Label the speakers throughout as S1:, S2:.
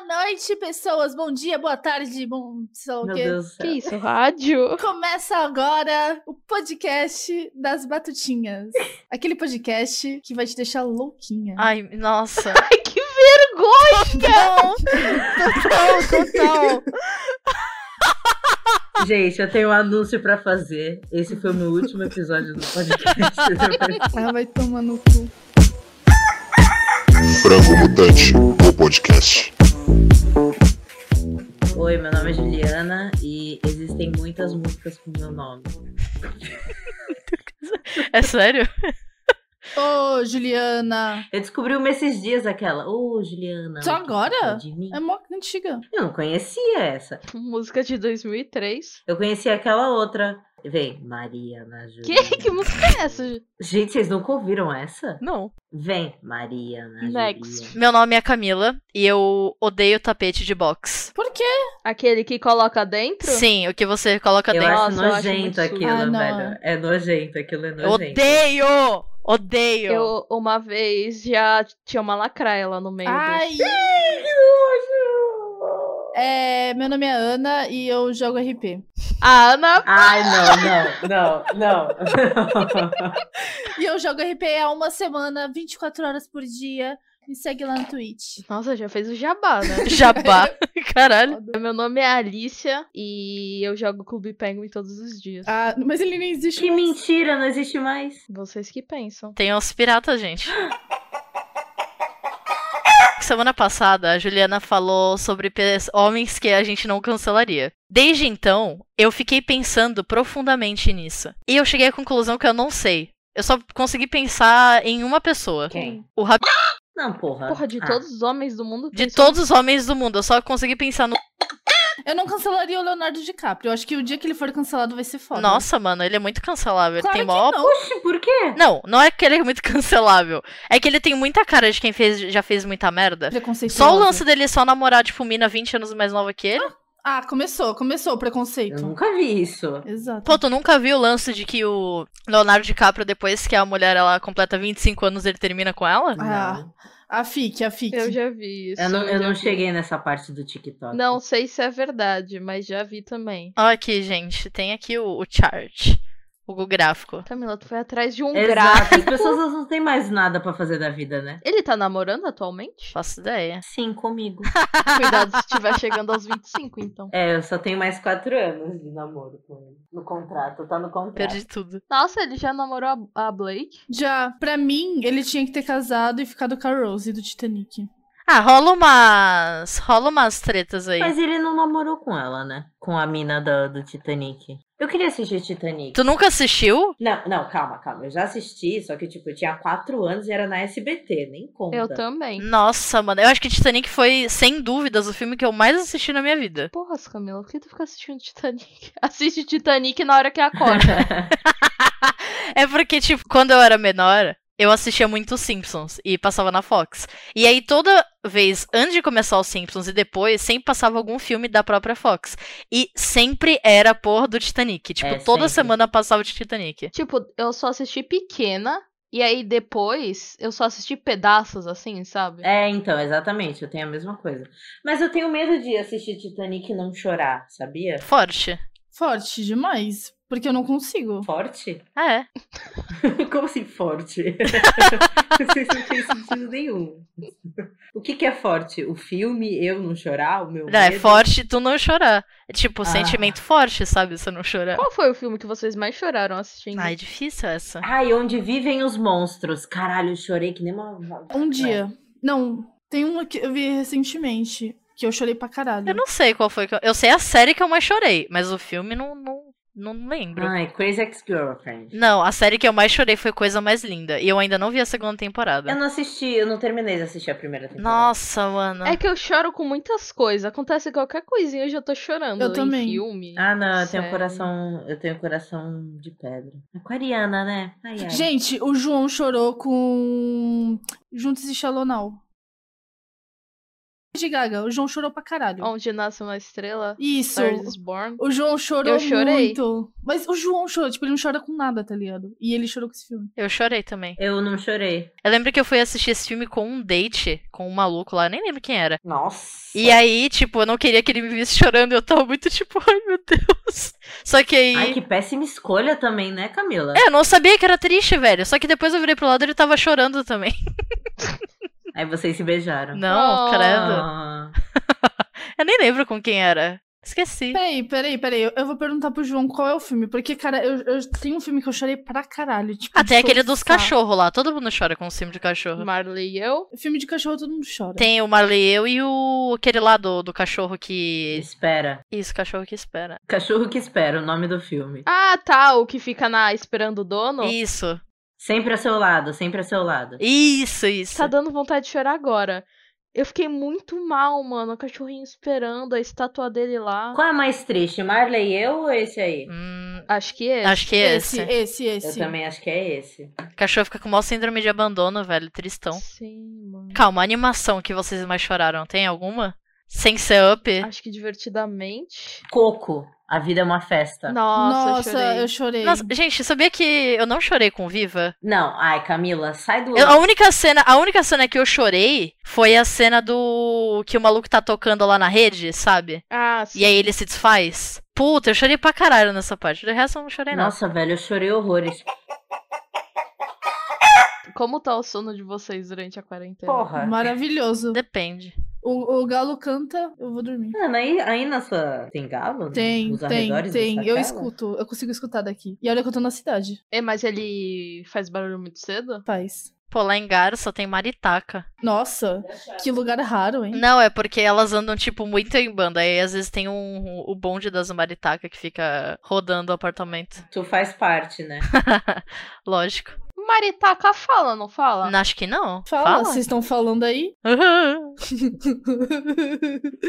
S1: noite, pessoas. Bom dia, boa tarde, bom. sei lá o
S2: Meu
S1: quê.
S2: Deus do
S3: Que
S2: céu.
S3: isso, rádio?
S1: Começa agora o podcast das Batutinhas. Aquele podcast que vai te deixar louquinha.
S4: Ai, nossa.
S3: Ai, que vergonha!
S4: Não! Total, total.
S2: Gente, eu tenho um anúncio pra fazer. Esse foi o meu último episódio do podcast.
S1: Ela vai tomar no cu.
S5: Frango Mutante, o podcast.
S2: Oi, meu nome é Juliana e existem muitas músicas com meu nome.
S4: É sério?
S1: Ô, Juliana.
S2: Eu descobri uma esses dias aquela. Ô, Juliana.
S1: Só
S2: o que
S1: agora?
S2: você de mim?
S1: É mó antiga.
S2: Eu não conhecia essa.
S3: Música de 2003.
S2: Eu conhecia aquela outra. Vem, Mariana
S3: Que,
S2: Juliana.
S3: que música é essa?
S2: Gente, vocês nunca ouviram essa?
S4: Não.
S2: Vem, Mariana
S3: Next.
S2: Juliana.
S4: Meu nome é Camila e eu odeio tapete de box.
S1: Por quê?
S3: Aquele que coloca dentro?
S4: Sim, o que você coloca
S2: Eu
S4: dentro.
S2: acho
S3: Nossa, eu acho
S2: nojento
S3: muito
S2: aquilo,
S1: sujo. Ah, não.
S2: velho. É nojento, aquilo é
S4: Eu
S2: nojento.
S4: odeio! Odeio!
S3: Eu, uma vez, já tinha uma lacraia lá no meio.
S1: Ai. É, meu nome é Ana e eu jogo RP.
S3: do- A Ana...
S2: Ai, não, não, não, não.
S1: E eu jogo RP há uma semana, 24 horas por dia. Me segue lá no Twitch.
S3: Nossa, já fez o jabá, né?
S4: Jabá. Caralho.
S1: Foda.
S3: Meu nome é Alicia e eu jogo Clube Penguin todos os dias.
S1: Ah, mas ele nem existe.
S2: que
S1: mais.
S2: mentira, não existe mais.
S3: Vocês que pensam.
S4: Tem os piratas, gente. Semana passada, a Juliana falou sobre pe- homens que a gente não cancelaria. Desde então, eu fiquei pensando profundamente nisso. E eu cheguei à conclusão que eu não sei. Eu só consegui pensar em uma pessoa.
S2: Quem?
S4: O Ra-
S2: Não, porra.
S3: Hum. Porra, de
S2: Ah,
S3: todos os homens do mundo.
S4: De
S3: tem
S4: todos os homens do mundo, eu só consegui pensar no.
S1: Eu não cancelaria o Leonardo DiCaprio. Eu acho que o dia que ele for cancelado vai ser foda.
S4: Nossa, mano, ele é muito cancelável.
S1: claro
S4: ele tem
S1: que
S4: mó.
S1: não.
S2: Por quê?
S4: Não, não é que ele é muito cancelável. É que ele tem muita cara de quem fez, já fez muita merda.
S1: Preconceituoso.
S4: Só o lance dele é só namorar, tipo, mina 20 anos mais nova que ele.
S1: Ah, começou, começou o
S2: Eu
S1: preconceito.
S2: nunca vi isso.
S1: Exato.
S4: Pô, tu nunca viu o lance de que o Leonardo DiCaprio, depois que a mulher ela completa 25 anos, ele termina com ela?
S1: Ah,
S2: não.
S1: A FIC, a FIC.
S3: Eu já vi isso.
S2: Eu não, eu
S3: já
S2: não
S3: vi.
S2: cheguei nessa parte do TikTok.
S3: Não sei se é verdade, mas já vi também.
S4: Ó, aqui, gente, tem aqui o, o chart, o Google gráfico.
S3: Camila, tu Tá, foi atrás de um
S2: Exato.
S3: gráfico.
S2: As pessoas elas não têm mais nada pra fazer da vida, né?
S3: Ele tá namorando atualmente?
S4: Faço ideia.
S2: Sim, comigo.
S3: Cuidado se estiver chegando aos 25, então.
S2: É, eu só tenho mais quatro anos de namoro com ele. No contrato, tá no contrato.
S4: Perdi tudo.
S3: Nossa, ele já namorou a, a Blake?
S1: Já, pra mim, ele tinha que ter casado e ficado com a Rose do Titanic.
S4: Ah, rola umas. rola umas tretas aí.
S2: Mas ele não namorou com ela, né? Com a mina do, do Titanic. Eu queria assistir Titanic.
S4: Tu nunca assistiu?
S2: Não, não, calma, calma. Eu já assisti, só que, tipo, eu tinha quatro anos e era na SBT, nem conta.
S3: Eu também.
S4: Nossa, mano, eu acho que Titanic foi, sem dúvidas, o filme que eu mais assisti na minha vida.
S3: Porra, Camila, por que tu fica assistindo Titanic? Assiste Titanic na hora que acorda.
S4: É porque, tipo, quando eu era menor, eu assistia muito Simpsons e passava na Fox. E aí, toda vez, antes de começar os Simpsons e depois, sempre passava algum filme da própria Fox. E sempre era a porra do Titanic. Tipo,
S2: É,
S4: toda
S2: sempre.
S4: semana passava de Titanic.
S3: tipo, eu só assisti pequena. E aí depois eu só assisti pedaços assim, sabe?
S2: É, então, exatamente. Eu tenho a mesma coisa. Mas eu tenho medo de assistir Titanic e não chorar, sabia?
S4: Forte.
S1: Forte demais, porque eu não consigo.
S2: Forte?
S4: É.
S2: Como assim forte? Isso não tem sentido nenhum. O que, que é forte? O filme, eu não chorar, o meu
S4: Não, é
S2: medo?
S4: forte tu não chorar. É tipo,
S2: Ah.
S4: sentimento forte, sabe? Você não chorar.
S3: Qual foi o filme que vocês mais choraram assistindo?
S4: Ah, é difícil essa.
S2: Ai, onde vivem os monstros. Caralho, eu chorei que nem uma...
S1: Um dia.
S2: É.
S1: Não, tem um que eu vi recentemente, que eu chorei pra caralho.
S4: Eu não sei qual foi que eu... eu sei a série que eu mais chorei, mas o filme não, não, não lembro.
S2: Ai, Crazy Ex-Girlfriend.
S4: Não, a série que eu mais chorei foi Coisa Mais Linda. E eu ainda não vi a segunda
S2: Eu
S4: temporada.
S2: não assisti, eu não terminei de assistir a primeira temporada.
S4: Nossa, mano.
S3: É que eu choro com muitas coisas. Acontece qualquer coisinha eu já tô chorando.
S1: Eu
S3: Em
S1: também.
S3: filme.
S2: Ah, não, eu
S4: é
S2: tenho
S3: série.
S4: um
S2: coração, eu tenho coração de pedra. Aquariana, né? Ai,
S3: É.
S2: ai.
S1: Gente, o João chorou com Juntos e Shalonau. de Gaga. O João chorou pra caralho.
S3: Onde nasce uma estrela.
S1: Isso.
S3: Stars is Born.
S1: O João chorou
S3: Eu chorei.
S1: muito. Mas o João chorou, tipo, ele não chora com nada, tá ligado? E ele chorou com esse filme.
S4: Eu chorei também.
S2: Eu não chorei.
S4: Eu lembro que eu fui assistir esse filme com um date, com um maluco lá, eu nem lembro quem era.
S2: Nossa.
S4: E aí, tipo, eu não queria que ele me visse chorando, eu tava muito tipo, ai meu Deus. Só que aí.
S2: Ai, que péssima escolha também, né, Camila?
S4: É, eu não sabia que era triste, velho. Só que depois eu virei pro lado e ele tava chorando também.
S2: Aí vocês se beijaram.
S4: Não,
S3: Oh.
S4: credo.
S2: Ah,
S4: Eu nem lembro com quem era. Esqueci.
S1: Peraí, peraí, peraí. Eu, eu vou perguntar pro João qual é o filme. Porque, cara, eu, eu tenho um filme que eu chorei pra caralho. Tipo,
S4: Até
S1: de
S4: aquele dos
S1: soluçar.
S4: cachorros lá. Todo mundo chora com o filme de cachorro.
S3: Marley e eu.
S1: Filme de cachorro todo mundo chora.
S4: Tem o Marley e eu e o aquele lá do, do cachorro que.
S2: espera.
S4: Isso, cachorro que espera.
S2: Cachorro que espera, o nome do filme.
S3: Ah, tá. O que fica na esperando o dono.
S4: Isso.
S2: Sempre a seu lado, sempre a seu lado.
S4: Isso, isso.
S3: Tá dando vontade de chorar agora. Eu fiquei muito mal, mano. O cachorrinho esperando a estátua dele lá.
S2: Qual é mais triste, Marley e eu ou esse aí?
S4: Hum,
S3: Acho que é.
S4: acho que é esse.
S1: esse, esse, esse.
S2: Eu também acho que é esse.
S4: Cachorro fica com o maior síndrome de abandono, velho. Tristão.
S3: Sim, mano.
S4: Calma, a animação que vocês mais choraram, tem alguma? Sem ser up?
S3: Acho que divertidamente.
S2: Coco, a vida é uma
S4: Tá.
S2: festa. Não,
S3: Nossa,
S1: Nossa, eu
S3: eu chorei.
S1: chorei.
S4: Nossa, gente, sabia que eu não chorei com Viva?
S2: ai, Camila, sai do.
S4: Eu- a única cena, a única cena que eu chorei foi a cena do que o maluco tá tocando lá na rede, sabe?
S3: Ah, sim.
S4: E aí ele se desfaz. Puta, eu chorei pra caralho nessa parte. Do resto eu não chorei não.
S2: Nossa, velho, eu chorei horrores.
S3: Como tá o sono de vocês durante a quarentena?
S2: Porra.
S1: Maravilhoso.
S4: Depende.
S1: O, o galo canta, eu vou dormir.
S2: Mano, É, né, aí, aí na sua. Tem galo?
S1: Tem,
S2: Nos
S1: tem,
S2: arredores
S1: tem.
S2: dessa
S1: Eu
S2: casa?
S1: escuto, eu consigo escutar daqui. E olha que eu tô na cidade.
S3: É, mas ele faz barulho muito cedo?
S1: Paz.
S4: Pô, lá em Garo só tem maritaca.
S1: Nossa, que lugar raro, hein?
S4: Não, é porque elas andam, tipo, muito em banda. Aí às vezes tem um, o bonde das maritacas que fica rodando o apartamento.
S2: Tu faz parte, né?
S4: Lógico.
S3: Maritaca fala, não fala?
S4: Não, Acho que não.
S1: Fala, vocês estão falando aí?
S3: Não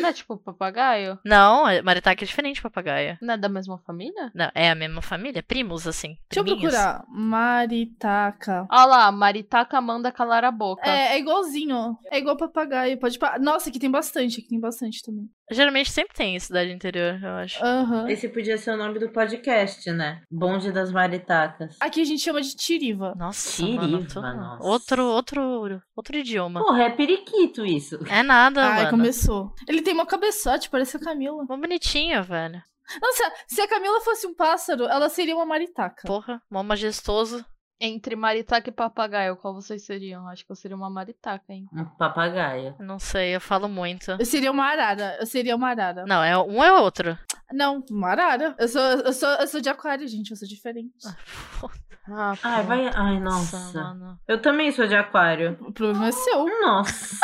S3: é tipo papagaio?
S4: Não, é- maritaca é diferente de papagaio.
S3: Não é da mesma família?
S4: Não, é a mesma família, primos, assim.
S1: Deixa eu
S4: priminhos.
S1: procurar. Maritaca.
S3: Olha lá, Maritaca manda calar a boca.
S1: É, é igualzinho, ó. É igual papagaio. Pode pa... Nossa, aqui tem bastante, aqui tem bastante também.
S4: Geralmente sempre tem em cidade interior, eu acho.
S1: Aham.
S2: Esse podia ser o nome do podcast, né? Bonde das Maritacas.
S1: Aqui a gente chama de tiriva.
S4: Nossa,
S2: Tiriva,
S4: mano, tô-
S2: nossa.
S4: Outro, outro, outro idioma.
S2: Porra, é periquito isso.
S4: É nada,
S1: Ai,
S4: mano.
S1: começou. Ele tem uma cabeçote, parece a Camila.
S4: Mó bonitinho, velho.
S1: Nossa, se a Camila fosse um pássaro, ela seria uma maritaca.
S4: Porra, mó majestoso.
S3: Entre Maritaca e papagaio, qual vocês seriam? Acho que eu seria uma Maritaca, hein?
S2: Um papagaio.
S4: Não sei, eu falo muito.
S1: Eu seria uma arara. Eu seria uma arara.
S4: Não, é um é outro.
S1: Não, uma arara. Eu sou, eu sou, eu sou de aquário, gente. Eu sou diferente.
S4: Ah, foda-se,
S3: Ah,
S2: Ai, vai. Ai, nossa.
S4: mano.
S2: Eu também sou de aquário.
S1: O problema é seu.
S2: Nossa,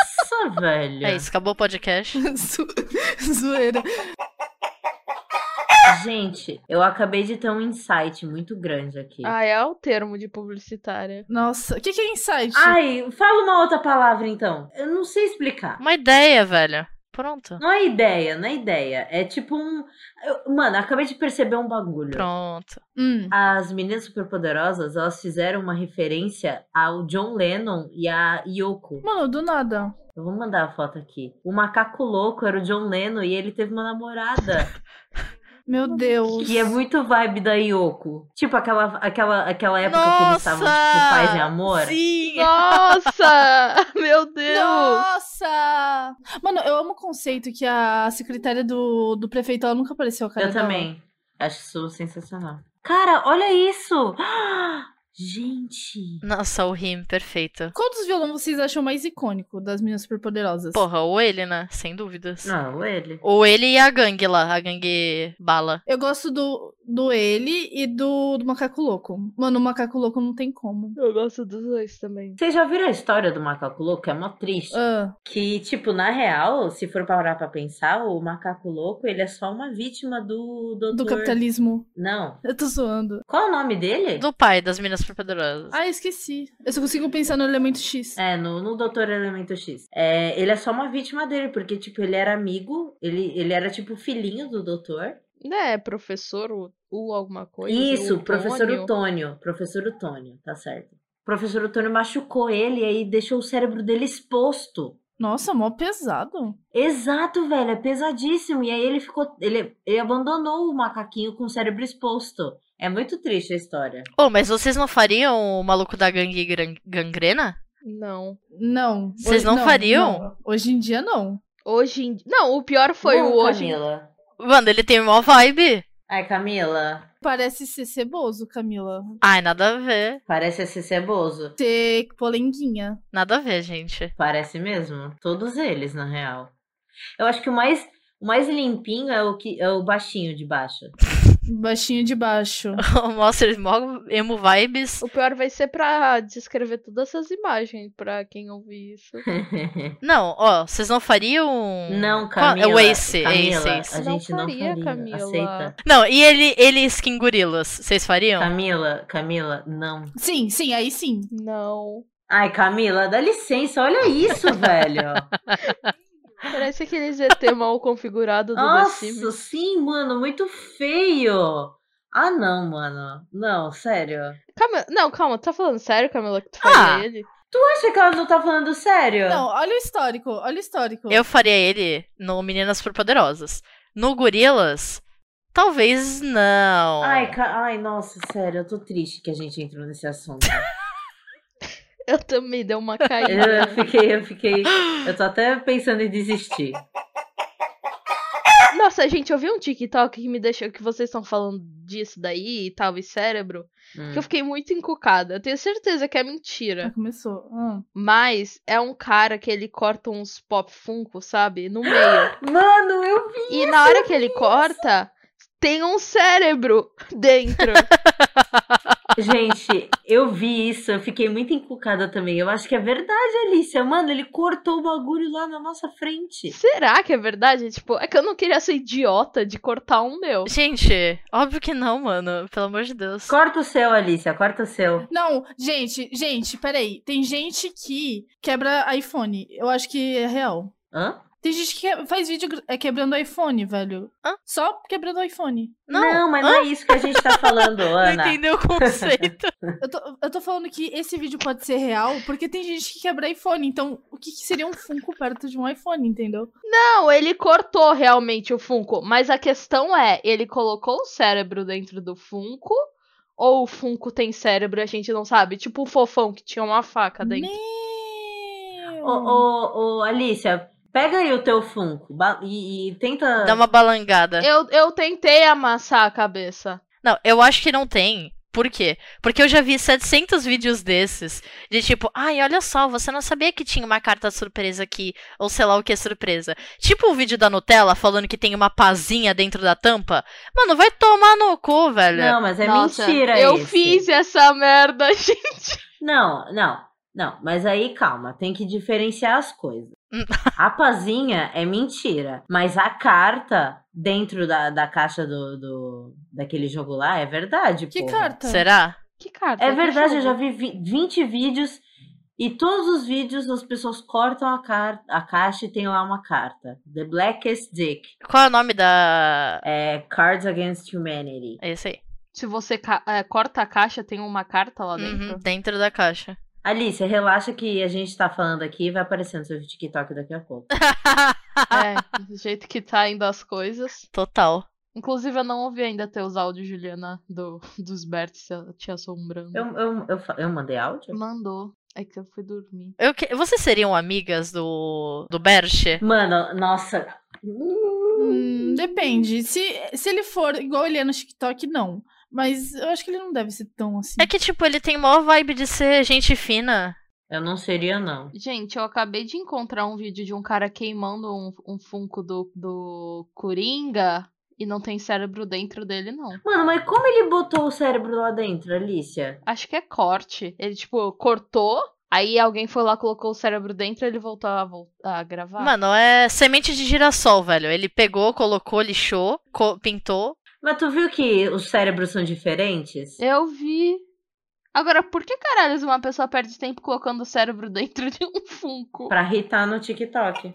S2: velho.
S4: É isso, acabou o podcast.
S1: Zo- Zoeira.
S2: Gente, eu acabei de ter um insight muito grande aqui.
S3: Ah, é o termo de publicitária.
S1: Nossa, o que, que é insight?
S2: Ai, fala uma outra palavra então. Eu não sei explicar.
S1: Hum.
S4: Uma ideia, velho. Pronto.
S2: Não é ideia, não é ideia. É tipo um. eu- Mano, acabei de perceber um bagulho.
S4: Pronto.
S1: Hum.
S2: As meninas superpoderosas, elas fizeram uma referência ao John Lennon e a Yoko.
S1: Mano, do nada.
S2: Eu vou mandar a foto aqui. O macaco louco era o John Lennon e ele teve uma namorada.
S1: Meu Deus.
S2: que é muito vibe da Yoko. Tipo aquela, aquela, aquela época que eles
S4: Nossa!
S2: estavam tipo paz e amor.
S4: Sim!
S3: Nossa! Meu Deus!
S1: Nossa! Mano, eu amo o conceito que a secretária do, do prefeito ela nunca apareceu a cara
S2: Eu
S1: dela.
S2: também. Acho isso sensacional. Cara, olha isso! Ah, Gente!
S4: Nossa, o rim, perfeito.
S1: Qual dos vilões vocês acham mais icônico das meninas superpoderosas?
S4: Porra, ou ele, né? Sem dúvidas.
S2: Não, ele.
S4: Ou ele e a gangue lá, a gangue bala.
S1: Eu gosto do, do ele e do, do macaco louco. Mano, o macaco louco não tem como.
S3: Eu gosto dos dois também.
S2: Vocês já viram a história do macaco louco? É mó triste.
S1: Ah,
S2: Que, tipo, na real, se for parar pra pensar, o macaco louco, ele é só uma vítima do doutor...
S1: do capitalismo.
S2: Não.
S1: Eu tô zoando.
S2: Qual é o nome dele?
S4: Do pai das meninas superpoderosas.
S1: Ah, eu esqueci. Eu só consigo pensar no elemento X.
S2: É, no, no Doutor Elemento X. É, ele é só uma vítima dele, porque, tipo, ele era amigo, ele, ele era, tipo, filhinho do doutor.
S3: Né, professor o, o alguma coisa?
S2: Isso,
S3: o
S2: professor
S3: Tônio.
S2: Utônio. Professor Utônio, tá certo. O professor Utônio machucou ele e aí deixou o cérebro dele exposto.
S1: Nossa, mó pesado.
S2: Exato, velho, é pesadíssimo. E aí ele ficou. Ele, ele abandonou o macaquinho com o cérebro exposto. É muito triste a história.
S4: Ô, mas vocês não fariam o maluco da gangue gran- gangrena?
S3: Não.
S1: Não. hoje-
S4: Vocês não fariam?
S1: não. Hoje em dia, não.
S3: Hoje em... Não, o pior foi
S2: Bom,
S3: o hoje. em-
S2: Camila.
S4: Mano, ele tem mó vibe.
S2: Ai, Camila,
S1: Parece ser ceboso, Camila.
S4: Ai, nada a ver.
S2: parece ser ceboso.
S1: Ter polenguinha.
S4: Nada a ver, gente.
S2: Parece mesmo. Todos eles, na real. Eu acho que o mais, o mais limpinho é o, que, é o baixinho de baixo.
S1: Baixinho de baixo.
S4: O Monsters mó emo vibes.
S3: O pior vai ser pra descrever todas essas imagens pra quem ouvir isso.
S4: Não, ó, vocês não fariam.
S2: Não,
S4: Qual-
S2: Camila.
S4: É o Ace,
S2: Camila,
S4: Ace,
S2: A
S4: Ace.
S3: Não
S2: gente não
S3: faria,
S2: faria,
S3: Camila.
S2: Aceita.
S4: Não, e ele, ele skin gorilas, vocês fariam?
S2: Tá. Camila, Camila, não.
S1: Sim, sim, aí sim.
S3: Não.
S2: Ai, Camila, dá licença, olha isso, velho.
S3: Parece aquele ZT mal configurado do The Sims.
S2: Nossa, sim, mano, muito feio. Ah, não, mano. Não, sério.
S3: Calma, não, calma, tu tá falando sério, Camila, que tu faria
S4: Ah.
S3: ele?
S2: Tu acha que ela não tá falando sério?
S1: Não, olha o histórico, olha o histórico.
S4: É. Eu faria ele no Meninas Superpoderosas. No Gorilas, talvez não.
S2: Ai, ca- Ai, nossa, sério, eu tô triste que a gente entrou nesse assunto.
S3: Eu também dei uma caída.
S2: Eu fiquei, eu fiquei. Eu tô até pensando em desistir.
S3: Nossa, gente, eu vi um TikTok que me deixou que vocês estão falando disso daí e tal, e cérebro,
S2: Hum. Ah.
S3: que eu fiquei muito encucada. Eu tenho certeza que é
S1: Já
S3: mentira.
S1: começou. Hum.
S3: Mas é um cara que ele corta uns pop funko, sabe? No meio.
S2: Mano, eu vi.
S3: E na hora que ele corta, tem um cérebro dentro.
S2: Gente, eu vi isso, eu fiquei muito encucada também. Eu acho que é verdade, Alicia. Mano, ele cortou o bagulho lá na nossa frente.
S3: Será que é verdade? Tipo, é que eu não queria ser idiota de cortar um meu.
S4: Gente, óbvio que não, mano. Pelo amor de Deus.
S2: Corta o seu, Alicia, corta o seu.
S1: Não, gente, gente, peraí. Tem gente que quebra iPhone. Eu acho que é real.
S2: Hã?
S1: Tem gente que que faz vídeo gr- é, quebrando iPhone, velho.
S4: Hã?
S1: Só quebrando iPhone.
S4: Não,
S2: mas não é isso que a gente tá falando,
S4: Não
S2: Ana.
S4: entendeu o conceito.
S1: Eu tô, eu tô falando que esse vídeo pode ser real porque tem gente que quebra iPhone. Então, o que, que seria um Funko perto de um iPhone, entendeu?
S3: Não, ele cortou realmente o Funko, mas a questão é, ele colocou o cérebro dentro do Funko ou o Funko tem cérebro e a gente não sabe? Tipo o fofão que tinha uma
S4: Tá
S3: faca dentro.
S1: Meu!
S2: Ô,
S1: Hum.
S2: ô, ô, Alicia, pega aí o teu Funko ba- e, e tenta.
S4: Dá uma balangada.
S3: Eu, eu tentei amassar a cabeça.
S4: Não, eu acho que não tem. Por quê? Porque eu já vi 700 vídeos desses, de tipo, ai, olha só, você não sabia que tinha uma carta surpresa aqui, ou sei lá o que é surpresa. Tipo o vídeo da Nutella falando que tem uma pazinha dentro da tampa. Mano, vai tomar no cu, velho.
S2: Não, mas é
S3: Nossa,
S2: mentira
S3: Eu
S2: esse.
S3: fiz essa merda, gente.
S2: Não, não, não. Mas aí, calma, tem que diferenciar as coisas. a pazinha é mentira, mas a carta dentro da, da caixa do, do- daquele jogo lá é verdade,
S1: Que
S2: porra.
S1: carta?
S4: Será?
S3: Que carta?
S2: É
S3: que
S2: verdade, eu já
S3: jogo?
S2: vi vi- 20 vídeos e todos os vídeos as pessoas cortam a, car a caixa e tem lá uma carta. The Blackest Dick.
S4: Qual é o nome da.
S2: É Cards Against Humanity.
S4: É esse aí.
S3: Se você ca- é, corta a caixa, tem uma carta lá
S4: Uhum,
S3: dentro.
S4: dentro da caixa.
S2: Alice, relaxa que a gente tá falando aqui e vai aparecer no seu TikTok daqui a pouco.
S3: É, do jeito que tá indo as coisas.
S4: Total.
S3: Inclusive, eu não ouvi ainda teus áudios, Juliana, do, dos Bert se- te assombrando.
S2: Eu, eu, eu, fa- eu mandei áudio?
S3: Mandou. É que eu fui dormir.
S4: Eu que... Vocês seriam amigas do. do Berche?
S2: Mano, nossa.
S1: Hum, depende. Se, se ele for igual ele é no TikTok, não. Mas eu acho que ele não deve ser tão assim.
S4: É que, tipo, ele tem maior vibe de ser gente fina.
S2: Eu não seria, não.
S3: Gente, eu acabei de encontrar um vídeo de um cara queimando um, um funko do, do Coringa e não tem cérebro dentro dele, não.
S2: Mano, mas como ele botou o cérebro lá dentro, Alicia?
S3: Acho que é corte. Ele, tipo, cortou, aí alguém foi lá, colocou o cérebro dentro e ele voltou a, vol- a gravar.
S4: Mano, é semente de girassol, velho. Ele pegou, colocou, lixou, co- pintou.
S2: Mas tu viu que os cérebros são diferentes?
S3: Eu vi. Agora, por que caralho uma pessoa perde tempo colocando o cérebro dentro de um funko?
S2: Pra irritar no TikTok.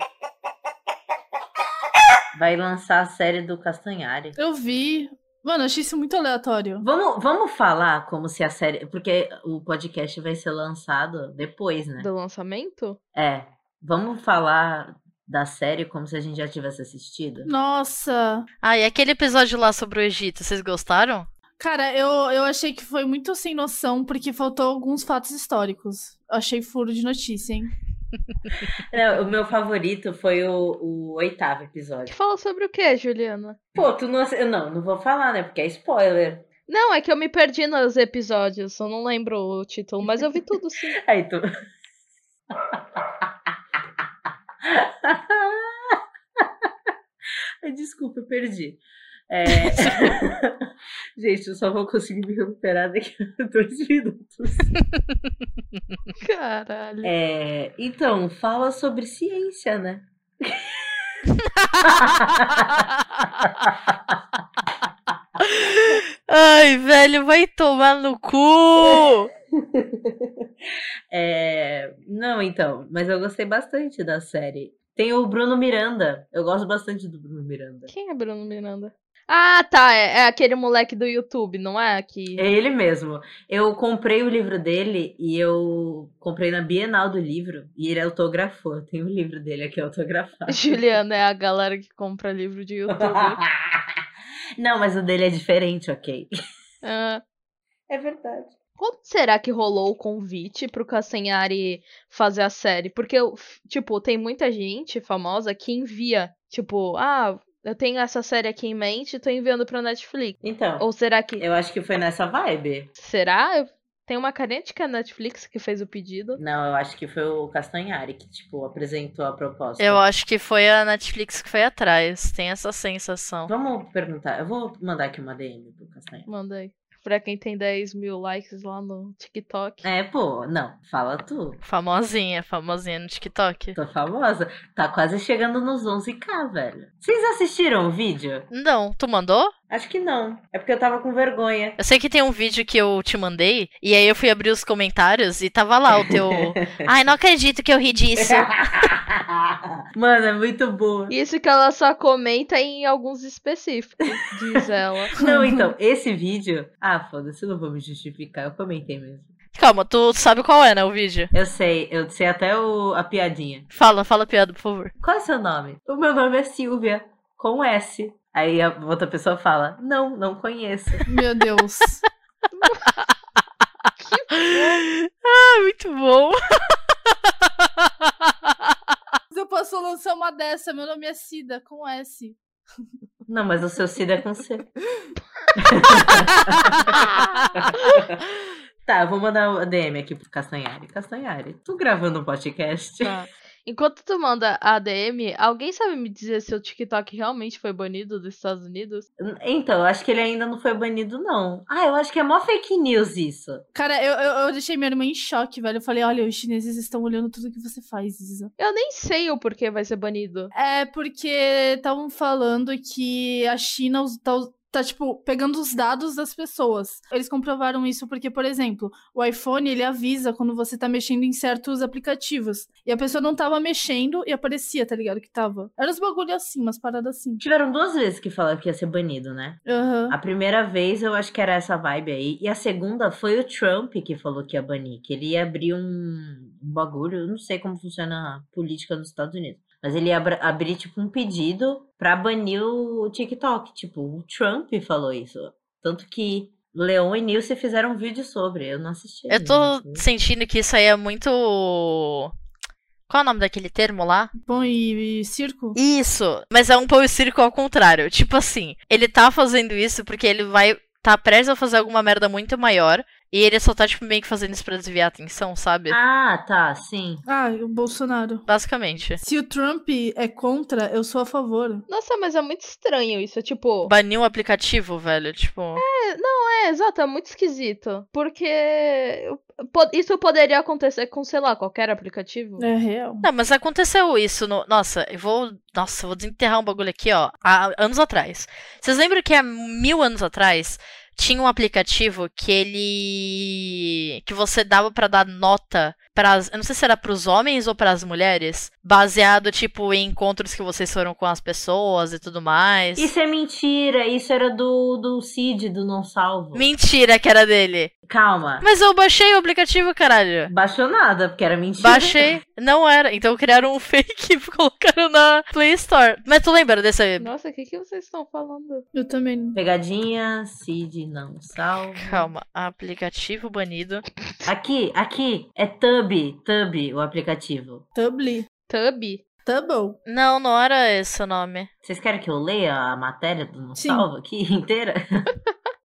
S2: Vai lançar a série do Castanhari.
S1: Eu vi. Mano, eu achei isso muito aleatório.
S2: Vamos, vamos falar como se a série. Porque o podcast vai ser lançado depois, né?
S3: Do lançamento?
S2: É. Vamos falar da série como se a gente já tivesse assistido?
S1: Nossa!
S4: Ah, e aquele episódio lá sobre o Egito, vocês gostaram?
S1: Cara, eu, eu achei que foi muito sem noção, porque faltou alguns fatos históricos. Eu achei furo de notícia, hein?
S2: Não, É, o meu favorito foi o, o oitavo episódio.
S3: Fala sobre o que, Juliana?
S2: Pô, tu não. assi- Não, não vou falar, né? Porque é spoiler.
S3: Não, é que eu me perdi nos episódios, eu não lembro o título, mas eu vi tudo sim.
S2: Aí tu. Ai, Desculpa, eu perdi. É... Gente, eu só vou conseguir me recuperar daqui a dois minutos.
S3: Caralho.
S2: É, Então, fala sobre ciência, né?
S4: Ai, velho, vai tomar no cu!
S2: É, Não, então, mas eu gostei bastante da série. Tem o Bruno Miranda. Eu gosto bastante do Bruno Miranda.
S3: Quem é Bruno Miranda? Ah, tá, é, é aquele moleque do YouTube, não é? Que...
S2: É ele mesmo. Eu comprei o livro dele e eu comprei na Bienal do livro e ele autografou. Eu tenho o livro dele aqui autografado.
S3: Juliana é a galera que compra livro de YouTube.
S2: Não, mas o dele é diferente, ok?
S3: Ah,
S2: É verdade.
S3: Quando será que rolou o convite pro Cassenhari fazer a série? Porque, eu f- tipo, tem muita gente famosa que envia, tipo, ah, eu tenho essa série aqui em mente e tô enviando pra Netflix.
S2: Então,
S3: Ou será que.
S2: eu acho que foi nessa vibe.
S3: Será? Eu- Tem uma carente que é a Netflix que fez o pedido.
S2: Não, eu acho que foi o Castanhari que, tipo, apresentou a proposta.
S4: Eu acho que foi a Netflix que foi atrás, tem essa sensação.
S2: Vamos perguntar. Eu vou mandar aqui uma DM pro Castanhari.
S3: Manda aí. Pra quem tem 10 mil likes lá no TikTok.
S2: É, pô, não, fala tu.
S4: Famosinha, famosinha no TikTok.
S2: Tô famosa. Tá quase chegando nos 11k, velho. Vocês assistiram o vídeo?
S4: Não, tu mandou?
S2: Acho que não. É porque eu tava com vergonha.
S4: Eu sei que tem um vídeo que eu te mandei, e aí eu fui abrir os comentários e tava lá o teu. Ai, não acredito que eu ri disso.
S2: Mano, é muito boa.
S3: Isso que ela só comenta em alguns específicos, diz ela.
S2: Não, então, esse vídeo. Ah, foda-se, eu não vou me justificar. Eu comentei mesmo.
S4: Calma, tu sabe qual é, né, o vídeo?
S2: Eu sei, eu sei até o, a piadinha.
S4: Fala, fala a piada, por favor.
S2: Qual é seu nome? O meu nome é Silvia, com S. Aí a outra pessoa fala: Não, não conheço.
S1: Meu Deus.
S4: ah, muito bom.
S1: Mas eu posso lançar uma dessa. Meu nome é Cida, com S.
S2: Não, mas o seu Cid é com C. Tá, eu vou mandar o DM aqui pro Castanhari. Castanhari, tu gravando um podcast?
S3: Tá. Enquanto tu manda a DM, alguém sabe me dizer se o TikTok realmente foi banido dos Estados Unidos?
S2: Então, eu acho que ele ainda não foi banido, não. Ah, eu acho que é mó fake news isso.
S1: Cara, eu, eu, eu deixei minha irmã em choque, velho. Eu falei, olha, os chineses estão olhando tudo que você faz, Isa.
S3: Eu nem sei o porquê vai ser banido.
S1: É porque estavam falando que a China us- tá, us- tá, tipo, pegando os dados das pessoas. Eles comprovaram isso porque, por exemplo, o iPhone, ele avisa quando você tá mexendo em certos aplicativos. E a pessoa não tava mexendo e aparecia, tá ligado? Que tava. Era uns bagulho assim, umas paradas assim.
S2: Tiveram duas vezes que falaram que ia ser banido, né?
S1: Aham.
S2: A primeira vez eu acho que era essa vibe aí. E a segunda foi o Trump que falou que ia banir, que ele ia abrir um, um bagulho. Eu não sei como funciona a política nos Estados Unidos. Mas ele ia abra- abrir, tipo, um pedido pra banir o TikTok. Tipo, o Trump falou isso. Tanto que Leon e Nilce fizeram um vídeo sobre. Eu não assisti.
S4: Eu
S2: ainda,
S4: tô
S2: não sei.
S4: sentindo que isso aí é muito. Qual é o nome daquele termo lá?
S1: Bom, e, e circo?
S4: Isso, mas é um pão e circo ao contrário. Tipo assim, ele tá fazendo isso porque ele vai. tá prestes a fazer alguma merda muito maior. E ele só tá, tipo, meio que fazendo isso pra desviar a atenção, sabe?
S2: Ah, tá, sim.
S1: Ah, o Bolsonaro.
S4: Basicamente.
S1: Se o Trump é contra, eu sou a favor.
S3: Nossa, mas é muito estranho isso. Tipo,
S4: Baniu o aplicativo, velho. Tipo.
S3: é exato, é muito esquisito. Porque eu- po- isso poderia acontecer com, sei lá, qualquer aplicativo.
S1: É real.
S4: Não, mas aconteceu isso no. Nossa, eu vou. Nossa, eu vou desenterrar um bagulho aqui, ó. Há anos atrás. Vocês lembram que há mil anos atrás tinha um aplicativo que ele. que você dava pra dar nota pras, eu não sei se era pros homens ou pras mulheres, baseado tipo em encontros que vocês foram com as pessoas e tudo mais.
S2: Isso é mentira, isso era do, do Cid, do Não Salvo.
S4: Mentira que era dele.
S2: Calma.
S4: Mas eu baixei o aplicativo, caralho.
S2: Baixou nada, porque era mentira.
S4: Baixei, não era. Então criaram um fake e colocaram na Play Store. Mas tu lembra desse
S3: Nossa, o que, que vocês estão falando?
S1: Eu também. não.
S2: Pegadinha, Cid, Não Salvo.
S4: Calma, aplicativo banido.
S2: Aqui, aqui, é Tub, Tub, o aplicativo.
S1: Tubly.
S3: Tub?
S1: Tubble.
S4: Não, não era esse o nome.
S2: Vocês querem que eu leia a matéria do Não
S1: Sim.
S2: Salvo aqui inteira?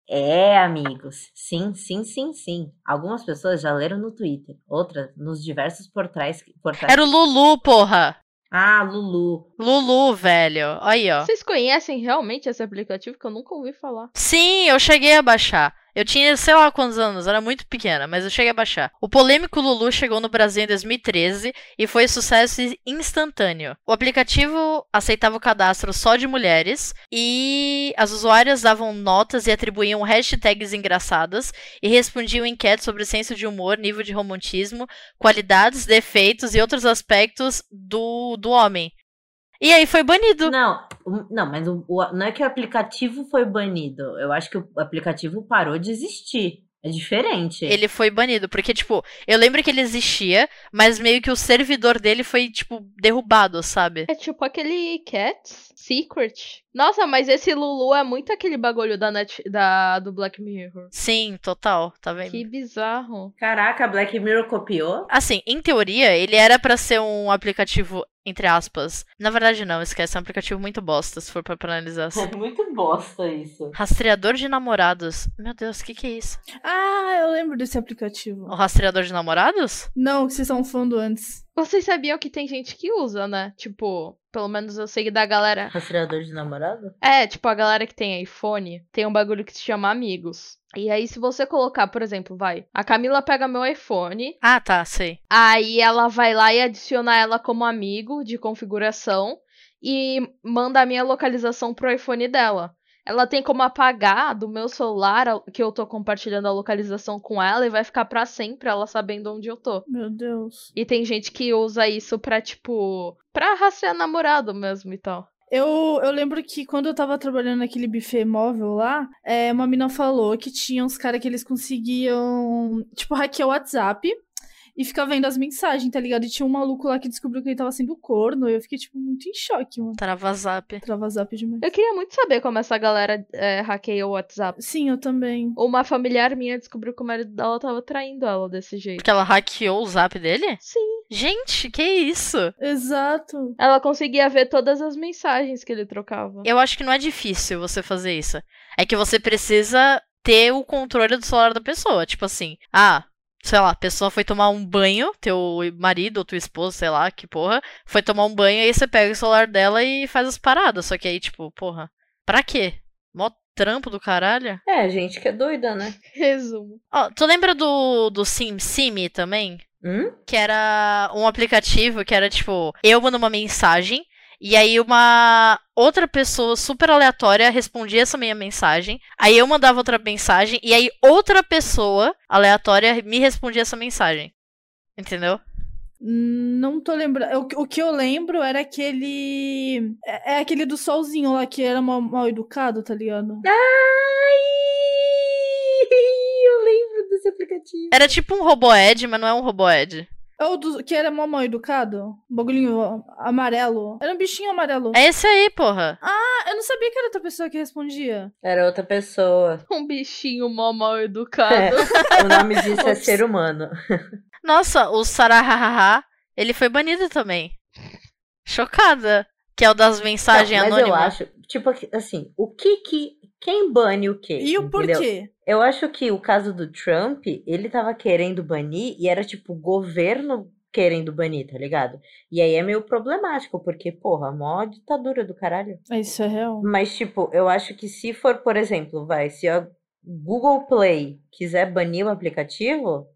S2: é, amigos. Sim, sim, sim, sim. Algumas pessoas já leram no Twitter, outras nos diversos portais. portais...
S4: Era o Lulu, porra.
S2: Ah, Lulu.
S4: Lulu, velho. Aí, ó.
S3: Vocês conhecem realmente esse aplicativo que eu nunca ouvi falar?
S4: Sim, eu cheguei a baixar. Eu tinha sei lá quantos anos, era muito pequena, mas eu cheguei a baixar. O polêmico Lulu chegou no Brasil em 2013 e foi sucesso instantâneo. O aplicativo aceitava o cadastro só de mulheres e as usuárias davam notas e atribuíam hashtags engraçadas e respondiam enquetes sobre senso de humor, nível de romantismo, qualidades, defeitos e outros aspectos do, do homem. E aí foi banido.
S2: Não, o- não, mas o- o- não é que o aplicativo foi banido. Eu acho que o aplicativo parou de existir. É diferente.
S4: Ele foi banido, porque, tipo, eu lembro que ele existia, mas meio que o servidor dele foi, tipo, derrubado, sabe?
S3: É tipo aquele Cats Secret. Nossa, mas esse Lulu é muito aquele bagulho da, Net- da- do Black Mirror.
S4: Sim, total, tá vendo?
S3: Que bizarro.
S2: Caraca, Black Mirror copiou?
S4: Assim, em teoria, ele era pra ser um aplicativo, entre aspas. Na verdade, não, esquece, é um aplicativo muito bosta, se for pra, pra analisar. assim.
S2: É muito bosta isso.
S4: Rastreador de namorados. Meu Deus, o que que é isso?
S1: Ah, eu lembro desse aplicativo.
S4: O rastreador de namorados?
S1: Não, que vocês estavam falando antes.
S3: Vocês sabiam que tem gente que usa, né? Tipo, pelo menos eu sei da galera.
S2: Rastreador de namorado?
S3: É, tipo, a galera que tem iPhone tem um bagulho que se chama Amigos. E aí, se você colocar, por exemplo, vai, a Camila pega meu iPhone,
S4: Ah, tá, sei.
S3: Aí ela vai lá e adiciona ela como amigo de configuração e manda a minha localização pro iPhone dela. Ela tem como apagar do meu celular a- que eu tô compartilhando a localização com ela e vai ficar pra sempre ela sabendo onde eu tô.
S1: Meu Deus.
S3: E tem gente que usa isso pra, tipo, pra rastrear namorado mesmo e tal.
S1: Eu, eu lembro que quando eu tava trabalhando naquele buffet móvel lá, é, uma mina falou que tinha uns caras que eles conseguiam, tipo, hackear o WhatsApp e ficar vendo as mensagens, tá ligado? E tinha um maluco lá que descobriu que ele tava sendo corno. E eu fiquei, tipo, muito em choque, mano.
S4: Trava zap.
S1: Trava zap demais.
S3: Eu queria muito saber como essa galera é, hackeia o WhatsApp.
S1: Sim, eu também.
S3: Uma familiar minha descobriu que o marido dela tava traindo ela desse jeito.
S4: Porque ela hackeou o zap dele?
S3: Sim.
S4: Gente, que isso?
S1: Exato.
S3: Ela conseguia ver todas as mensagens que ele trocava.
S4: Eu acho que não é difícil você fazer isso. É que você precisa ter o controle do celular da pessoa. Tipo assim, ah, sei lá, a pessoa foi tomar um banho, teu marido ou tua esposa, sei lá, que porra, foi tomar um banho, aí você pega o celular dela e faz as paradas. Só que aí, tipo, porra, pra quê? Mó trampo do caralho.
S2: É, gente que é doida, né?
S3: Resumo.
S4: Ó, tu lembra do, do Sim Simi também?
S2: Hum?
S4: que era um aplicativo que era tipo, eu mando uma mensagem e aí uma outra pessoa super aleatória respondia essa minha mensagem. Aí eu mandava outra mensagem e aí outra pessoa aleatória me respondia essa mensagem. Entendeu?
S1: Não tô lembrando. O, que- o que eu lembro era aquele. É, é aquele do solzinho lá que era mal, mal educado, tá ligado?
S2: Ai! Eu lembro desse aplicativo.
S4: Era tipo um roboed, mas não é um roboed.
S1: É o do, que era mal, mal educado? Um bagulhinho amarelo. Era um bichinho amarelo.
S4: É esse aí, porra.
S1: Ah, eu não sabia que era outra pessoa que respondia.
S2: Era outra pessoa.
S3: Um bichinho mó mal educado.
S2: É. O nome disso é ser humano.
S4: Nossa, o Sarahaha, ele foi banido também. Chocada. Que é o das mensagens
S2: Não, Então, mas eu
S4: anônimas.
S2: acho, tipo assim, o que que. Quem bane o
S4: É,
S2: quê?
S1: E o
S2: entendeu?
S1: porquê?
S2: Eu acho que o caso do Trump, ele tava querendo banir e era tipo o governo querendo banir, tá ligado? E aí é meio problemático, porque, porra, mó ditadura do caralho.
S1: É, Isso é real.
S2: Mas, tipo, eu acho que se for, por exemplo, vai, se a Google Play quiser banir o aplicativo,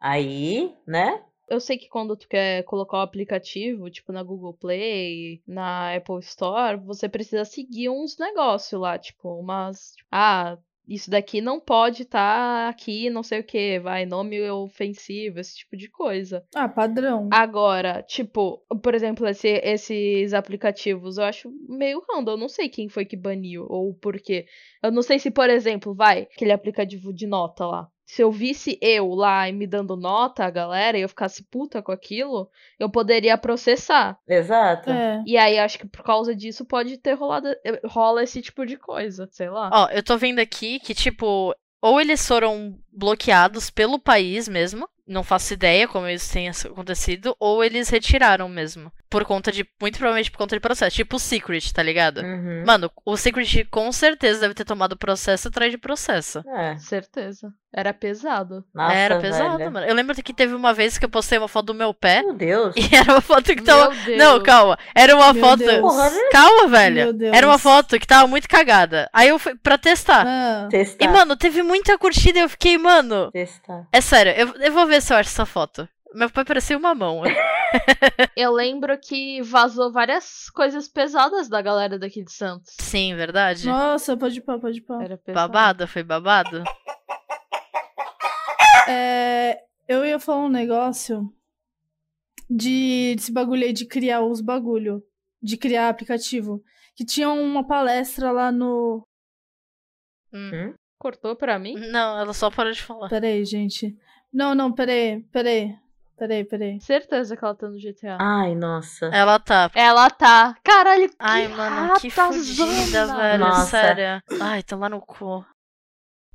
S2: aí, né?
S3: Eu sei que quando tu quer colocar o aplicativo, tipo na Google Play, na Apple Store, você precisa seguir uns negócios lá, tipo, umas. Ah, isso daqui não pode estar aqui, não sei o que, vai, nome ofensivo, esse tipo de coisa.
S1: Ah, padrão.
S3: Agora, tipo, por exemplo, esse- esses aplicativos, eu acho meio random. Eu não sei quem foi que baniu ou por quê. Eu não sei se, por exemplo, vai, aquele aplicativo de nota lá. Se eu visse eu lá e me dando nota a galera e eu ficasse puta com aquilo, eu poderia processar.
S4: Ah,
S2: Exato.
S1: É.
S3: E aí acho que por causa disso pode ter rolado rola esse tipo de coisa, sei lá.
S4: Ó, eu tô vendo aqui que, tipo, ou eles foram bloqueados pelo país mesmo, não faço ideia como isso tenha s- acontecido, ou eles retiraram mesmo. Por conta de. Muito provavelmente por conta de processo. Tipo o Secret, tá ligado?
S2: Uhum.
S4: Mano, o Secret com certeza deve ter tomado processo atrás de processo.
S2: É.
S3: Certeza. Era pesado.
S2: Nossa,
S4: Era pesado,
S2: velho.
S4: mano. Eu lembro que teve uma vez que eu postei uma foto do meu pé.
S2: Meu Deus.
S4: E era uma foto que tava.
S3: Meu Deus.
S4: Então, Não, calma. Era uma
S1: Meu
S4: foto.
S1: Deus.
S2: Porra, né?
S4: Calma, velho.
S1: Meu Deus.
S4: Era uma foto que tava muito cagada. Aí eu fui pra testar.
S1: Ah,
S2: Testar.
S4: E, mano, teve muita curtida e eu fiquei, mano.
S2: Testar.
S4: É sério, eu, eu vou ver se eu acho essa foto. Meu pai parecia uma mão.
S3: Eu lembro que vazou várias coisas pesadas da galera daqui de Santos.
S4: Sim, verdade?
S1: nossa, pode pá, pode pá.
S3: Era pesado.
S4: Babado, foi babado?
S1: É, eu ia falar um negócio de desse bagulho aí de criar os bagulho, de criar aplicativo. Que tinha uma palestra lá no.
S3: Cortou pra mim?
S4: Hum. Não, ela só parou de falar.
S1: Peraí, gente. Não, não, peraí, peraí. Peraí, peraí.
S3: Certeza que ela tá no GTA.
S2: Ai, nossa.
S4: Ela tá.
S3: Ela tá. Caralho, que
S4: Ai, mano, que
S3: ratazana.
S4: fudida, velho.
S2: Nossa.
S4: Sério. Ai, tá lá no cu.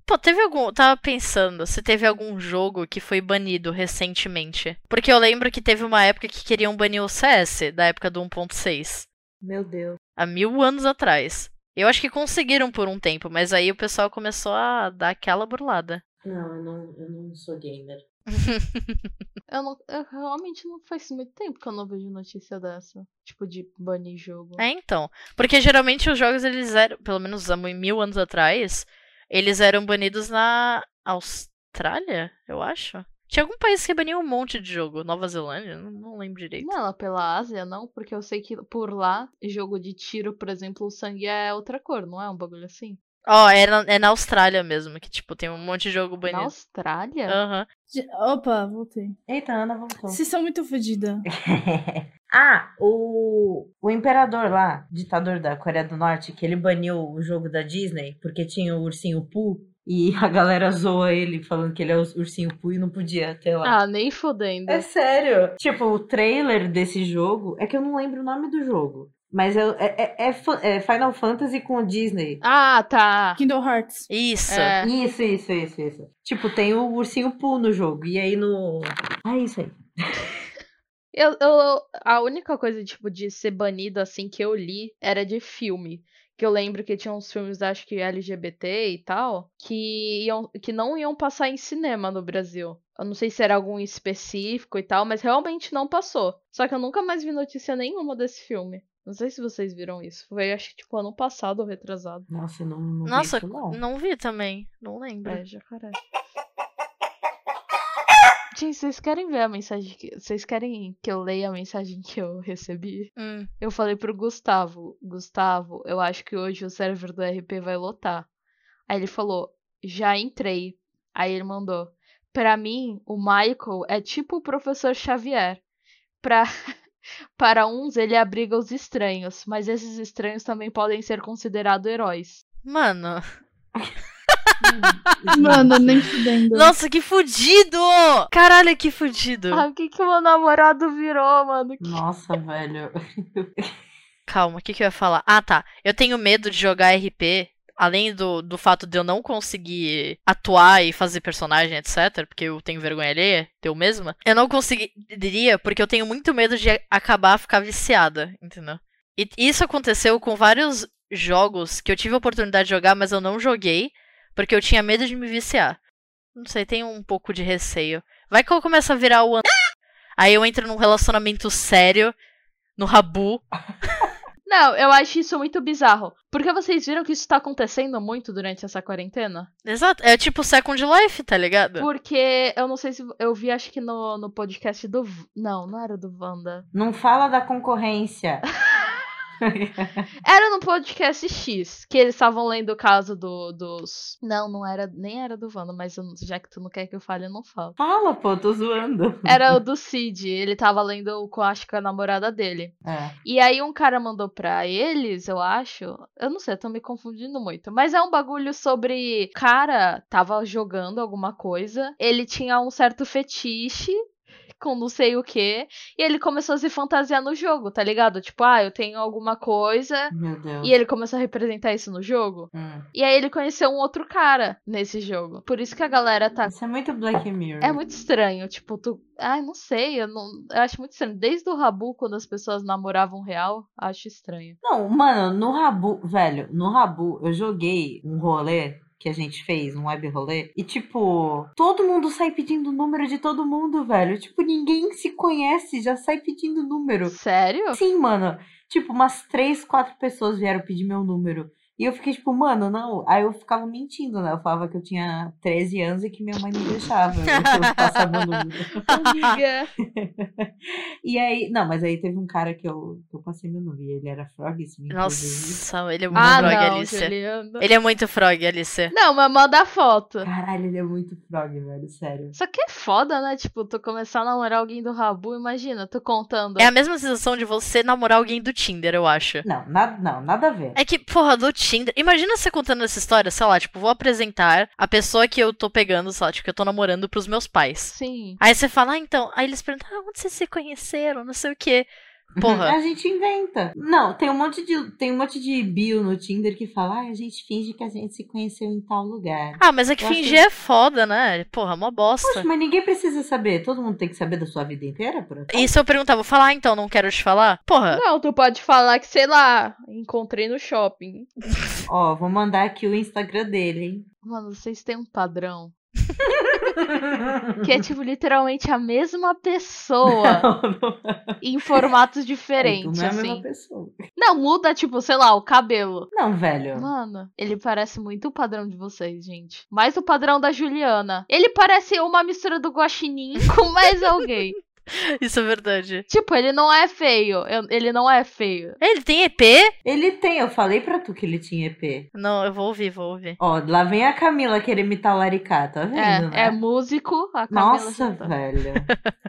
S4: Pô, teve algum. Tava pensando se teve algum jogo que foi banido recentemente. Porque eu lembro que teve uma época que queriam banir o CS, da época do 1.6.
S2: Meu Deus.
S4: há mil anos atrás. Eu acho que conseguiram por um tempo, mas aí o pessoal começou a dar aquela burlada.
S2: Não, eu não, eu não sou gamer.
S3: Eu, não- eu realmente não faz muito tempo que eu não vejo notícia dessa. Tipo, de banir jogo.
S4: É, então. Porque geralmente os jogos, eles eram, pelo menos há mui- mil anos atrás, eles eram banidos na Austrália, eu acho. Tinha algum país que baniu um monte de jogo. Nova Zelândia? Não, não lembro direito.
S3: Não, lá pela Ásia, não, porque eu sei que por lá, jogo de tiro, por exemplo, o sangue é outra cor, não é um bagulho assim?
S4: Ó, é, na, é na Austrália mesmo, que tipo, tem um monte de jogo
S3: Na
S4: banido.
S3: Austrália?
S4: Aham.
S1: Ge- Opa, voltei.
S2: Eita, Ana voltou.
S1: Vocês são muito fodida.
S2: ah, o, o imperador lá, ditador da Coreia do Norte, que ele baniu o jogo da Disney porque tinha o ursinho Pooh e a galera zoa ele falando que ele é o ursinho Pooh e não podia ter lá.
S3: Ah, nem fodendo.
S2: É sério. Tipo, o trailer desse jogo é que eu não lembro o nome do jogo. Mas é, é- é- é fa- é Final Fantasy com Disney.
S3: Ah, tá.
S1: Kindle Hearts.
S4: Isso.
S3: É.
S2: Isso, isso, isso, isso. Tipo, tem o ursinho Pooh no jogo. E aí no. Ah, é isso aí.
S3: Eu, eu- a única coisa, tipo, de ser banido, assim, que eu li era de filme. Que eu lembro que tinha uns filmes, acho que LGBT e tal, que, iam, que não iam passar em cinema no Brasil. Eu não sei se era algum específico e tal, mas realmente não passou. Só que eu nunca mais vi notícia nenhuma desse filme. Não sei se vocês viram isso. Foi, acho que, tipo, ano passado ou retrasado.
S2: Nossa, eu não, não vi
S4: Nossa,
S2: isso, não.
S4: não vi também. Não lembro.
S3: É, jacaré. Gente, vocês querem ver a mensagem que. Vocês querem que eu leia a mensagem que eu recebi?
S4: Hum.
S3: Eu falei pro Gustavo, Gustavo, eu acho que hoje o server do RP vai lotar. Aí ele falou, já entrei. Aí ele mandou, pra mim, o Michael é tipo o professor Xavier. Pra... Para uns, ele abriga os estranhos, mas esses estranhos também podem ser considerados heróis.
S4: Mano.
S1: Mano, nem fudendo.
S4: Nossa, que fudido! Caralho, que fudido!
S3: Ah, o que que meu namorado virou, mano? Que-
S2: Nossa, velho.
S4: Calma, o que, que eu ia falar? Ah, tá. Eu tenho medo de jogar RP, além do, do fato de eu não conseguir atuar e fazer personagem, etc. Porque eu tenho vergonha alheia, eu mesma. Eu não conseguiria, porque eu tenho muito medo de acabar ficar viciada, entendeu? E isso aconteceu com vários jogos que eu tive a oportunidade de jogar, mas eu não joguei, porque eu tinha medo de me viciar. Não sei, tenho um pouco de receio. Vai que eu começo a virar o. an- Aí eu entro num relacionamento sério, no rabu.
S3: Não, eu acho isso muito bizarro. Porque vocês viram que isso tá acontecendo muito durante essa quarentena?
S4: Exato, é tipo Second Life, tá ligado?
S3: Porque eu não sei se eu vi, acho que no, no podcast do. V- Não, não era do Wanda.
S2: Não fala da concorrência.
S3: Era no podcast X, que eles estavam lendo o caso do, dos. Não, não era. Nem era do Vando, mas eu- já que tu não quer que eu fale, eu não falo.
S2: Fala, pô, tô zoando.
S3: Era o do Cid. Ele tava lendo o que eu acho que é a namorada dele.
S2: É.
S3: E aí um cara mandou pra eles, eu acho. Eu não sei, eu tô me confundindo muito. Mas é um bagulho sobre. o Cara tava jogando alguma coisa. Ele tinha um certo fetiche. Com não sei o que. E ele começou a se fantasiar no jogo, tá ligado? Tipo, ah, eu tenho alguma coisa.
S2: Meu Deus.
S3: E ele começou a representar isso no jogo.
S2: Hum.
S3: E aí ele conheceu um outro cara nesse jogo. Por isso que a galera tá.
S2: Isso é muito Black Mirror.
S3: É muito estranho, tipo, tu. Ai, não sei, eu, não... eu acho muito estranho. Desde o Rabu, quando as pessoas namoravam real, acho estranho.
S2: Não, mano, no Rabu, velho, no Rabu eu joguei um rolê que a gente fez, um web rolê, e tipo, todo mundo sai pedindo o número de todo mundo, velho. Tipo, ninguém se conhece, já sai pedindo número.
S3: Sério?
S2: Sim, mano. Tipo, umas três, quatro pessoas vieram pedir meu número. E eu fiquei tipo, mano, não. Aí eu ficava mentindo, né? Eu falava que eu tinha 13 anos e que minha mãe não deixava eu passar meu número.
S3: Amiga.
S2: E aí, não, mas aí teve um cara que eu, que eu passei meu número e ele era frog, sim, inclusive.
S4: Nossa, ele é muito
S3: ah,
S4: frog,
S3: não,
S4: Alicia.
S3: Juliana.
S4: Ele é muito frog, Alicia.
S3: Não, mas manda a foto.
S2: Caralho, ele é muito frog, velho, sério.
S3: Só que é foda, né? Tipo, tu começar a namorar alguém do Rabu, imagina, tu contando.
S4: É a mesma sensação de você namorar alguém do Tinder, eu acho.
S2: Não, nada, não, nada a ver.
S4: É que, porra, do Tinder. Imagina você contando essa história, sei lá, tipo, vou apresentar a pessoa que eu tô pegando, sei lá, tipo, que eu tô namorando pros meus pais.
S3: Sim.
S4: Aí você fala, ah, então. Aí eles perguntam, ah, onde vocês se conheceram, não sei o quê. É, Porra.
S2: A gente inventa. Não, tem um monte de tem um monte de bio no Tinder que fala, ah, a gente finge que a gente se conheceu em tal lugar.
S4: Ah, mas é que
S2: Eu acho
S4: fingir é foda, né? Porra, mó bosta.
S2: Poxa, mas ninguém precisa saber. Todo mundo tem que saber da sua vida inteira, por acaso?
S4: E se eu perguntar, vou falar, ah, então, não quero te falar? Porra.
S3: Não, tu pode falar que, sei lá, encontrei no shopping.
S2: Ó, vou mandar aqui o Instagram dele, hein?
S3: Mano, vocês têm um padrão. Que é, tipo, literalmente a mesma pessoa em formatos diferentes,
S2: não é a mesma
S3: assim.
S2: pessoa.
S3: Não, muda, tipo, sei lá, o cabelo.
S2: Não, velho.
S3: Mano, ele parece muito o padrão de vocês, gente. Mais o padrão da Juliana. Ele parece uma mistura do guaxinim com mais alguém.
S4: Isso é verdade.
S3: tipo, ele não é feio. Eu- Ele não é feio.
S4: Ele tem EP?
S2: Ele tem, eu falei pra tu que ele tinha EP.
S4: Não, eu vou ouvir, vou ouvir.
S2: Ó, lá vem a Camila querer imitar o Laricá, tá vendo,
S3: É,
S2: né?
S3: é músico. A Camila tá.
S2: Nossa,
S3: Santana.
S2: velho.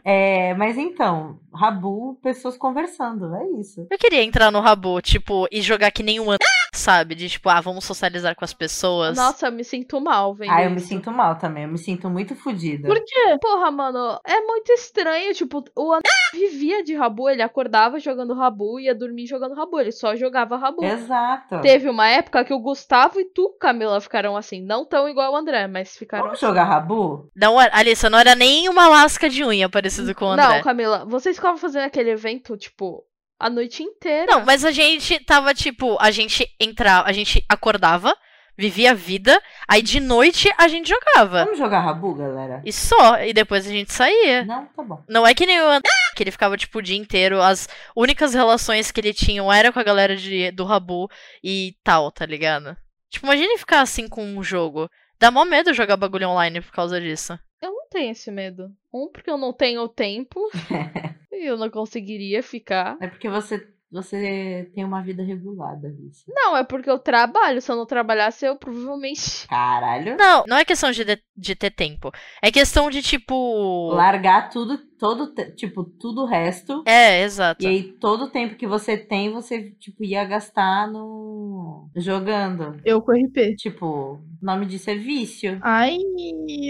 S2: É, mas então, Rabu, pessoas conversando, é isso.
S4: Eu queria entrar no Rabo, tipo, e jogar que nem um ano, sabe? De tipo, ah, vamos socializar com as pessoas.
S3: Nossa, eu me sinto mal, velho.
S2: Ah, eu me sinto mal também, eu me sinto muito fodida.
S1: Por quê?
S3: Porra, mano, é muito estranho. Tipo, o André vivia de Rabu, ele acordava jogando Rabu, ia dormir jogando Rabu, ele só jogava Rabu.
S2: Exato.
S3: Teve uma época que o Gustavo e tu, Camila, ficaram assim. Não tão igual o André, mas ficaram.
S2: Vamos jogar Rabu?
S4: Não era, Alissa, não era nem uma lasca de unha parecido com o
S3: Não,
S4: André.
S3: Camila, vocês ficavam fazendo aquele evento, tipo, a noite inteira.
S4: Não, mas a gente tava tipo, a gente entrava, a gente acordava, vivia a vida, aí de noite a gente jogava.
S2: Vamos jogar Rabu, galera?
S4: E só, e depois a gente saía.
S2: Não, tá bom.
S4: Não é que nem o André, que ele ficava tipo o dia inteiro, as únicas relações que ele tinha um era com a galera de, do Rabu e tal, tá ligado? Tipo, imagina ele ficar assim com um jogo. Dá mó medo jogar bagulho online por causa disso.
S3: Eu não tenho esse medo. Um, porque eu não tenho tempo. e eu não conseguiria ficar.
S2: É porque você, você tem uma vida regulada, Alice.
S3: Não, é porque eu trabalho. Se eu não trabalhasse, eu provavelmente.
S2: Caralho.
S4: Não, não é questão de, de- de ter tempo. É questão de tipo.
S2: Largar tudo, todo, te- tipo, tudo o resto.
S4: É, exato.
S2: E aí, todo o tempo que você tem, você, tipo, ia gastar no... Jogando.
S1: Eu com RP.
S2: Tipo, o nome disso é vício.
S1: Ai,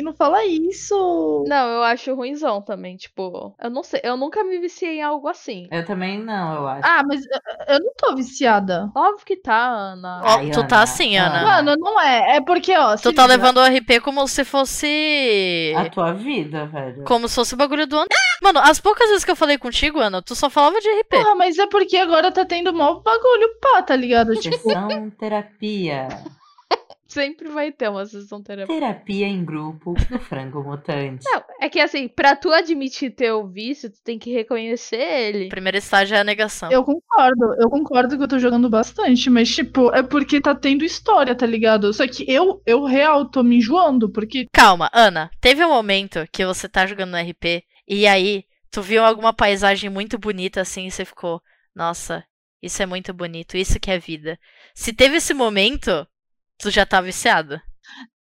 S1: não fala isso.
S3: Não, eu acho ruinzão também. Tipo, eu não sei. Eu nunca me viciei em algo assim.
S2: Eu também não, eu acho.
S1: Ah, mas eu- eu não tô viciada.
S3: Óbvio que tá, Ana.
S4: Ó,
S2: Ai,
S4: tu
S2: Ana,
S4: tá assim, Ana.
S2: Ana.
S1: Mano, não é. É porque, ó.
S4: Tu
S1: se
S4: tá
S1: liga.
S4: levando o RP como se fosse.
S2: A tua vida, velho.
S4: Como se fosse o bagulho do André. Mano, as poucas vezes que eu falei contigo, Ana, tu só falava de RP.
S1: Porra, mas é porque agora tá tendo mó bagulho pá, tá ligado?
S4: assim?
S1: Tipo,
S2: Sessão terapia.
S3: Sempre vai ter uma sessão terapia.
S2: Terapia em grupo do frango mutante.
S3: Não, é que assim, pra tu admitir teu vício, tu tem que reconhecer ele.
S4: O primeiro estágio é a negação.
S1: eu concordo. Eu concordo que eu tô jogando bastante, mas, tipo, é porque tá tendo história, tá ligado? Só que eu, eu real, tô me enjoando, porque.
S4: Calma, Ana, teve um momento que você tá jogando no RP e aí tu viu alguma paisagem muito bonita assim e você ficou, nossa, Isso é muito bonito, isso que é vida. Se teve esse momento, tu já tá viciado.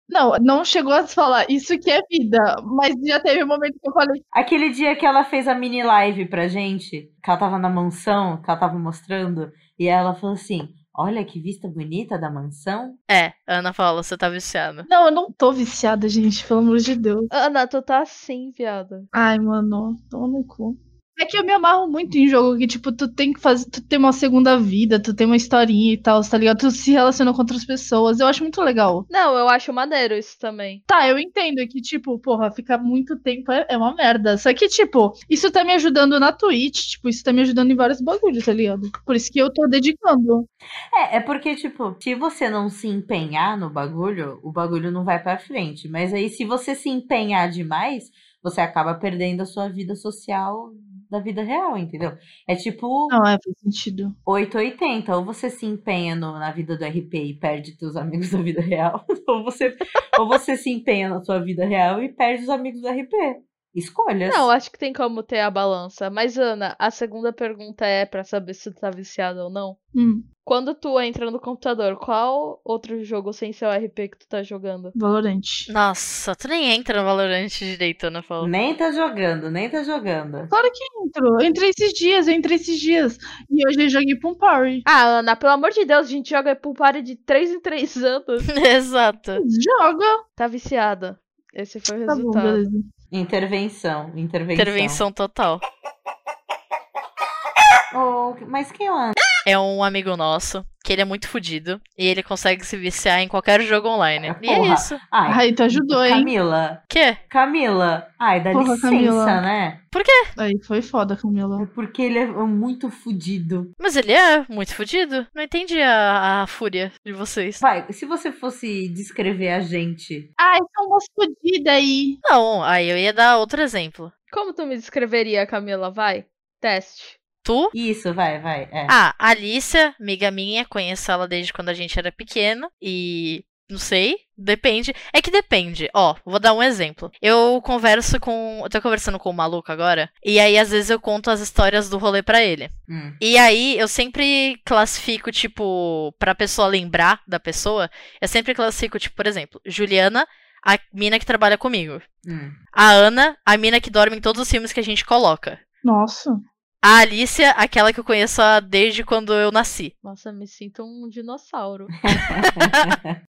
S1: Não, não chegou a falar isso que é vida, mas já teve um momento que eu falei,
S2: Aquele dia que ela fez a mini live pra gente, que ela tava na mansão, que ela tava mostrando, e ela falou assim: Olha que vista bonita da mansão.
S4: É, Ana Paula, você tá viciado.
S1: não, eu não tô viciada, gente, pelo amor de Deus.
S3: Ana, tu tá assim, viada.
S1: Ai, mano, toma no cu. É que eu me amarro muito em jogo que, tipo, tu tem que fazer. Tu tem uma segunda vida, tu tem uma historinha e tal, tá ligado? Tu se relaciona com outras pessoas. Eu acho muito legal.
S3: Não, eu acho maneiro isso também.
S1: Tá, eu entendo que, tipo, porra, ficar muito tempo é, é uma merda. Só que, tipo, isso tá me ajudando na Twitch, tipo, isso tá me ajudando em vários bagulhos, tá ligado? Por isso que eu tô dedicando.
S2: É, é porque, tipo, se você não se empenhar no bagulho, o bagulho não vai pra frente. Mas aí, se você se empenhar demais, você acaba perdendo a sua vida social da vida real, entendeu? É tipo
S1: Não, é, faz sentido.
S2: 880. Ou você se empenha no- na vida do RP e perde seus amigos da vida real, ou você, ou você se empenha na sua vida real e perde os amigos do RP. Escolhas.
S3: Não, é acho que tem como ter a balança. Mas, Ana, a segunda pergunta é pra saber se tu tá viciada ou não.
S1: Hum,
S3: Quando tu entra no computador, qual outro jogo sem seu RP que tu tá jogando?
S1: valorante.
S4: Nossa, tu nem entra no Valorant direito, Ana Paula.
S2: Nem tá jogando, nem tá jogando.
S1: Claro que entro. Eu entrei esses dias, eu entrei esses dias. E hoje eu joguei pra um party.
S3: Ah, Ana, pelo amor de Deus, a gente joga pool party de 3 em 3 anos.
S1: Hum.
S4: Exato.
S1: Então. Joga.
S3: Tá viciada. Esse foi
S1: Tá
S3: o
S1: bom,
S3: resultado.
S1: beleza.
S2: Intervenção, intervenção.
S4: Intervenção total.
S2: Oh, mas quem anda?
S4: É um amigo nosso, que ele é muito fodido, e ele consegue se viciar em qualquer jogo online. E é
S2: Porra.
S4: isso.
S2: Ai,
S1: Aí tu ajudou, hein?
S2: Camila.
S4: Quê?
S2: Camila. Ai, dá
S1: Porra,
S2: licença,
S1: Camila.
S2: né?
S1: Aí foi foda, Camila.
S2: É porque ele é muito fudido.
S4: Mas ele é muito fodido. Não entendi a, a fúria de vocês.
S2: Vai, se você fosse descrever a gente.
S1: Ai, são umas fodidas aí.
S4: Não, aí eu ia dar outro exemplo.
S3: Como tu me descreveria, Camila? Vai. Teste.
S4: Tu?
S2: Isso, vai, vai. É.
S4: Ah, a Alicia, amiga minha, conheço ela desde quando a gente era pequeno e. Não sei, depende. É que depende. Ó, vou dar um exemplo. Eu converso com. Eu tô conversando com o maluco agora. E aí, às vezes, eu conto as histórias do rolê pra ele.
S2: Hum.
S4: E aí, eu sempre classifico, tipo, pra pessoa lembrar da pessoa, eu sempre classifico, tipo, por exemplo, Juliana, a mina que trabalha comigo.
S2: hum.
S4: A Ana, a mina que dorme em todos os filmes que a gente coloca.
S1: Nossa.
S4: A Alicia, aquela que eu conheço ah, desde quando eu nasci.
S3: Nossa, me sinto um dinossauro.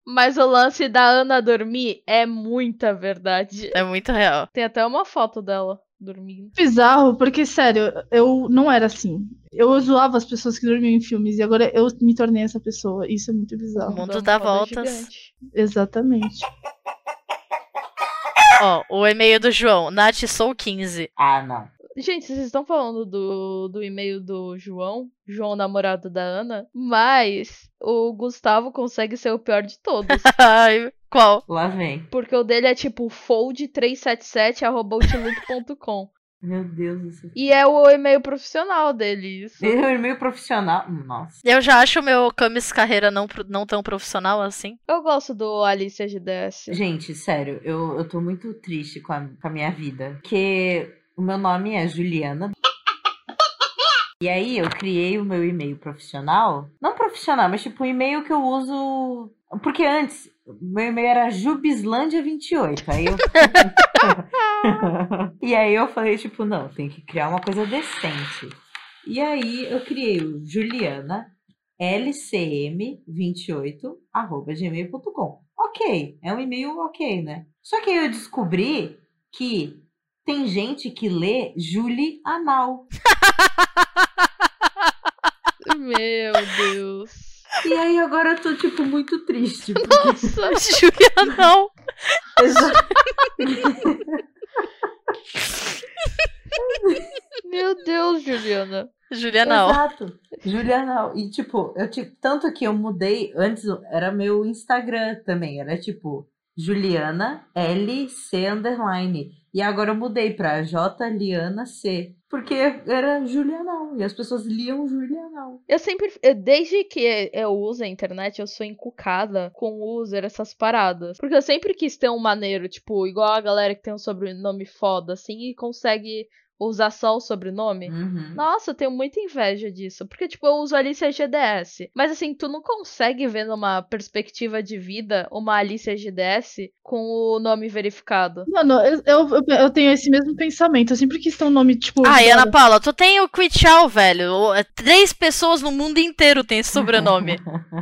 S3: Mas o lance da Ana dormir é muita verdade.
S4: É muito real.
S3: Tem até uma foto dela dormindo.
S1: Bizarro, porque, sério, eu não era assim. Eu zoava as pessoas que dormiam em filmes e agora eu me tornei essa pessoa. Isso é muito
S4: O
S1: bizarro.
S4: mundo
S3: uma
S4: dá
S3: roda
S4: voltas.
S3: gigante.
S1: Exatamente.
S4: Ó, o e-mail do João, Nath Sou 15.
S2: Ah, não.
S3: Gente, vocês estão falando do, do e-mail do João, João namorado da Ana, mas o Gustavo consegue ser o pior de todos.
S4: Ai, qual?
S2: Lá vem.
S3: porque o dele é tipo fold377.outlook.com.
S2: Meu Deus do céu.
S3: E é o e-mail profissional dele, isso.
S2: Ele é meio profissional. Nossa.
S4: Eu já acho o meu Camis carreira não, pro- não tão profissional assim.
S3: Eu gosto do Alicia GDS.
S2: Gente, sério, eu, eu tô muito triste com a, com a minha vida. Porque o meu nome é Juliana. E aí eu criei o meu e-mail profissional. Não profissional, mas tipo um e-mail que eu uso. Porque antes, meu e-mail era Jubislândia28. Aí eu. e aí eu falei, tipo, não, tem que criar uma coisa decente. E aí eu criei o Juliana lcm28@gmail.com. Ok, é um e-mail ok, né? Só que aí eu descobri que tem gente que lê Julie Anal.
S3: Meu Deus.
S2: E aí agora eu tô tipo muito triste. porque-
S3: Nossa,
S4: Juliana, não.
S2: Exa-
S3: meu Deus, Juliana.
S4: Juliana, ó.
S2: Exato. Julie Anal. E tipo, eu ti- tanto que eu mudei, antes era meu Instagram também, era tipo Juliana LC underline. E agora eu mudei pra J Liana C, porque era Julianal e as pessoas liam Julianal.
S3: Eu sempre. eu- desde que eu uso a internet, eu sou encucada com o user essas paradas. Porque eu sempre quis ter um maneiro, tipo, igual a galera que tem um sobrenome foda, assim, e consegue usar só o sobrenome.
S2: Uhum.
S3: Nossa, eu tenho muita inveja disso. Porque, tipo, eu uso Alice GDS. Mas, assim, tu não consegue ver numa perspectiva de vida uma Alice GDS com o nome verificado.
S1: Mano, eu, eu, eu tenho esse mesmo pensamento. Eu sempre quis ter um nome, tipo.
S4: Ai,
S1: original.
S4: Ah, Ana Paula, tu tem o Quichal, velho. O- é, Três pessoas no mundo inteiro têm esse sobrenome.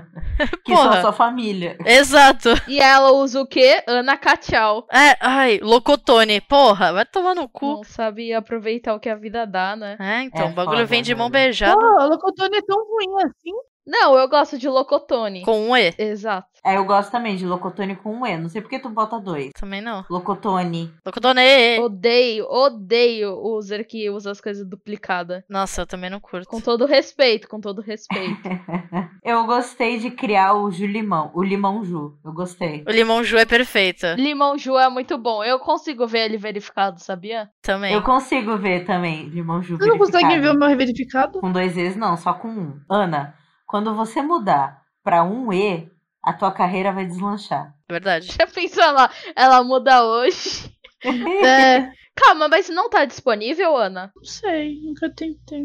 S2: Que são
S4: Porra.
S2: sua família.
S4: Exato.
S3: E ela usa o quê? Ana Catial.
S4: É, ai, Locotone. Porra, vai tomar no cu.
S3: Não sabe aproveitar o que a vida dá, né?
S4: É, então,
S2: É
S4: o bagulho
S2: foda,
S4: vem de mão
S2: velho.
S4: beijada
S1: Pô, a Locotone é tão ruim assim.
S3: Não, eu gosto de Locotone.
S4: com um E.
S3: Exato.
S2: É, eu gosto também de Locotone com um E. Não sei por que tu bota dois.
S4: Também não.
S2: Locotone.
S3: É.
S4: Locotone.
S3: Odeio, odeio o user que usa as coisas duplicadas.
S4: Nossa, eu também não curto.
S3: Com todo respeito, com todo respeito.
S2: Eu gostei de criar o Julimão. O Limão Ju. Eu gostei.
S4: O Limão Ju é perfeito.
S3: Limão Ju é muito bom. Eu consigo ver ele verificado, sabia?
S4: Também.
S2: Eu consigo ver também Limão Ju.
S1: Vocês não conseguem
S2: verificado.
S1: ver o meu verificado?
S2: Com dois E's, não, só com um. Ana, quando você mudar pra um E, a tua carreira vai deslanchar.
S4: é Verdade.
S3: Já pensou lá? Ela muda hoje.
S1: É,
S3: Calma, mas não tá disponível, Ana?
S1: não sei, nunca tentei.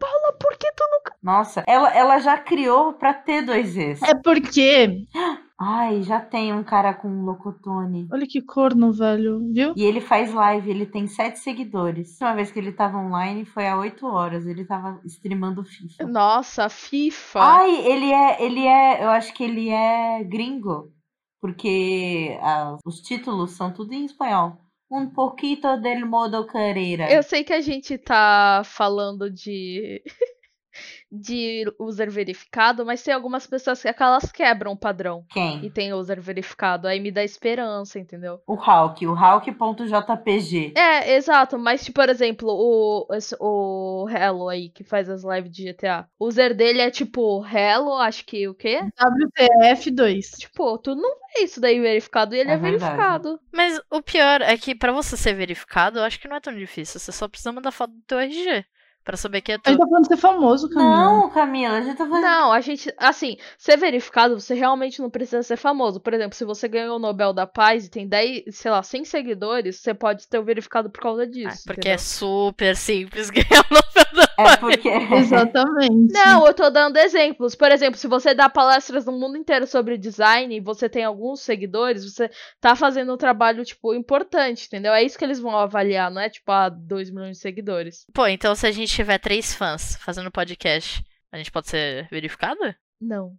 S3: Paula, por que tu nunca.
S2: Nossa, ela, ela já criou pra ter dois E's.
S1: É porque.
S2: Ai, já tem um cara com um locotone.
S1: Olha que corno, velho, viu?
S2: E ele faz live, ele tem sete seguidores. A última vez que ele tava online foi há oito horas. Ele tava streamando FIFA.
S3: Nossa, FIFA.
S2: Ai, ele é, ele é, eu acho que ele é gringo, porque ah, os títulos são tudo em espanhol. Um poquito del modo carreira.
S3: Eu sei que a gente tá falando de. de user verificado, mas tem algumas pessoas que é que elas quebram o padrão. E
S2: Quem?
S3: tem user verificado. Aí me dá esperança, entendeu?
S2: O Hulk, o Hulk.jpg.
S3: É, exato, mas tipo, por exemplo, o, esse- o Hello aí, que faz as lives de GTA. O user dele é tipo, Hello, acho que o
S1: Hum.
S3: quê?
S1: WTF2.
S3: Tipo, tu não vê isso daí verificado e ele é,
S2: É verdade.
S3: verificado.
S4: Mas o pior é que pra você ser verificado, eu acho que não é tão difícil. Você só precisa mandar foto do teu RG pra saber que é tu.
S1: Ele tá falando de ser famoso, Camila.
S2: Não, Camila, a gente tá fazendo.
S3: Não, a gente, assim, ser verificado, você realmente não precisa ser famoso. Por exemplo, se você ganhou o Nobel da Paz e tem 10, sei lá, 100 seguidores, você pode ter o verificado por causa
S4: Ah,
S3: disso.
S4: porque é
S3: entendeu?
S4: super simples ganhar o Nobel da
S2: É porque.
S1: Exatamente.
S3: Não, eu tô dando exemplos. Por exemplo, se você dá palestras no mundo inteiro sobre design e você tem alguns seguidores, você tá fazendo um trabalho, tipo, importante, entendeu? É isso que eles vão avaliar, não é, tipo, ah, 2 milhões de seguidores.
S4: Pô, então se a gente tiver três fãs fazendo podcast, a gente pode ser verificado?
S3: Não.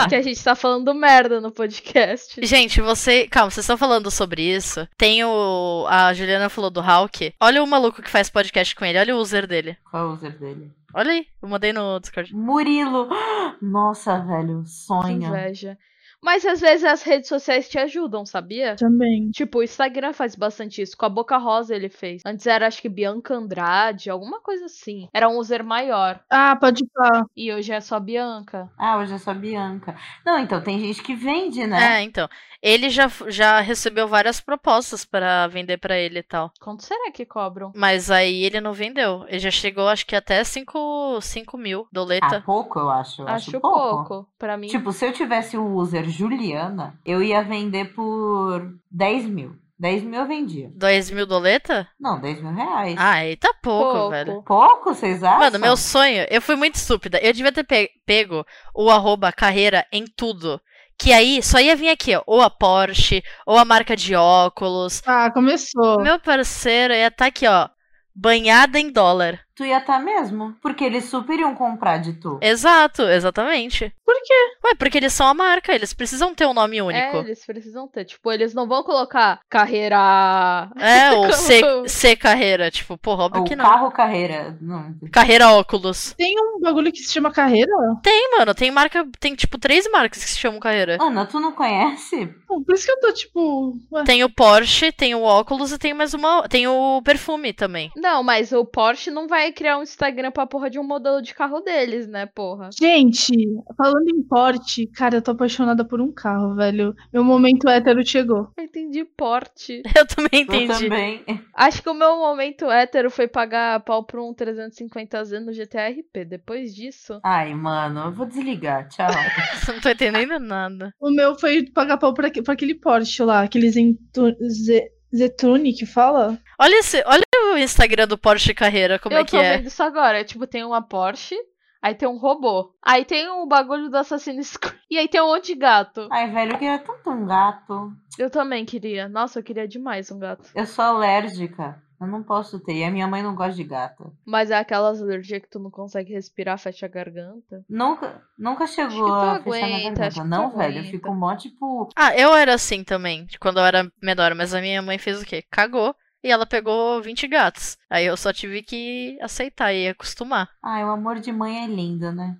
S3: Porque a gente tá falando merda no podcast.
S4: Gente, você. Calma, vocês estão falando sobre isso. Tem o. A Juliana falou do Hulk. Olha o maluco que faz podcast com ele. Olha o user dele.
S2: Qual é o user dele?
S4: Olha aí. Eu mandei no Discord.
S2: Murilo. Nossa, velho,
S3: Que
S2: sonho.
S3: inveja. Mas às vezes as redes sociais te ajudam, sabia?
S1: Também.
S3: Tipo, o Instagram faz bastante isso. Com a Boca Rosa ele fez. Antes era, acho que Bianca Andrade, alguma coisa assim. Era um user maior.
S1: Ah, pode falar.
S3: E hoje é só Bianca.
S2: Ah, hoje é só Bianca. Não, então tem gente que vende, né?
S4: É, então. Ele já, f- já recebeu várias propostas pra vender pra ele e tal.
S3: Quanto será que cobram?
S4: Mas aí ele não vendeu. Ele já chegou, acho que até 5 cinco mil doleta.
S2: Há Ah, pouco, eu acho. eu
S3: Acho,
S2: acho
S3: pouco. Pra mim.
S2: Tipo, se eu tivesse o user Juliana, eu ia vender por 10 mil. 10 mil eu vendia.
S4: 2 mil doleta?
S2: Não, 10 mil reais.
S4: Ah, aí tá pouco, velho.
S2: É. Pouco, vocês acham?
S4: Mano, meu sonho, eu fui muito estúpida. Eu devia ter pe- pego o arroba carreira em tudo. Que aí só ia vir aqui, ó, ou a Porsche, ou a marca de óculos.
S1: Ah, começou.
S4: Meu parceiro ia estar aqui, ó, banhada em dólar.
S2: Tu ia estar mesmo. Porque eles super iam comprar de tu.
S4: Exato, exatamente.
S1: Por quê?
S4: Ué, porque eles são a marca, eles precisam ter um nome
S3: É,
S4: único.
S3: eles precisam ter. Tipo, eles não vão colocar carreira.
S4: É, ou C,
S3: Como?
S4: C carreira, tipo, porra, óbvio
S2: Ou
S4: que não.
S2: carro carreira. Não.
S4: Carreira óculos.
S1: Tem um bagulho que se chama carreira?
S4: Tem, mano, tem marca, tem tipo três marcas que se chamam carreira.
S2: Ana, tu não conhece?
S1: Pô, Por isso que eu tô tipo. ué.
S4: Tem o Porsche, tem o óculos e tem mais uma. Tem o perfume também.
S3: Não, mas o Porsche não vai criar um Instagram pra porra de um modelo de carro deles, né, porra?
S1: Gente, falando em porte, cara, eu tô apaixonada por um carro, velho. Meu momento hétero chegou.
S3: Eu entendi porte.
S4: Eu também entendi.
S2: Eu também.
S3: Acho que o meu momento hétero foi pagar pau pra um 350Z no GTA RP. Depois disso.
S2: Ai, mano, eu vou desligar. Tchau.
S4: Não tô entendendo nada.
S1: O meu foi pagar pau pra, pra aquele Porsche lá, aqueles entu- ze- Zetrune que fala?
S4: Olha, esse, olha o Instagram do Porsche Carreira, como
S3: eu
S4: é que
S3: tô
S4: é.
S3: vendo isso agora. Tipo, tem uma Porsche, aí tem um robô, aí tem o bagulho do Assassin's Creed, e aí tem um monte de gato.
S2: Ai, velho, eu queria tanto um gato.
S3: Eu também queria. Nossa, eu queria demais um gato.
S2: Eu sou alérgica. Eu não posso ter. E a minha mãe não gosta de gato.
S3: Mas é aquelas alergias que tu não consegue respirar, fecha a garganta.
S2: Nunca, nunca
S3: que tu
S2: chegou a fechar minha
S3: aguenta,
S2: garganta.
S3: acho que tu
S2: Não, velho, eu
S3: aguenta.
S2: fico mó tipo.
S4: Ah, eu era assim também, de quando eu era menor, mas a minha mãe fez o quê? Cagou e ela pegou 20 gatos. Aí eu só tive que aceitar e acostumar.
S2: Ai, o amor de mãe é lindo, né?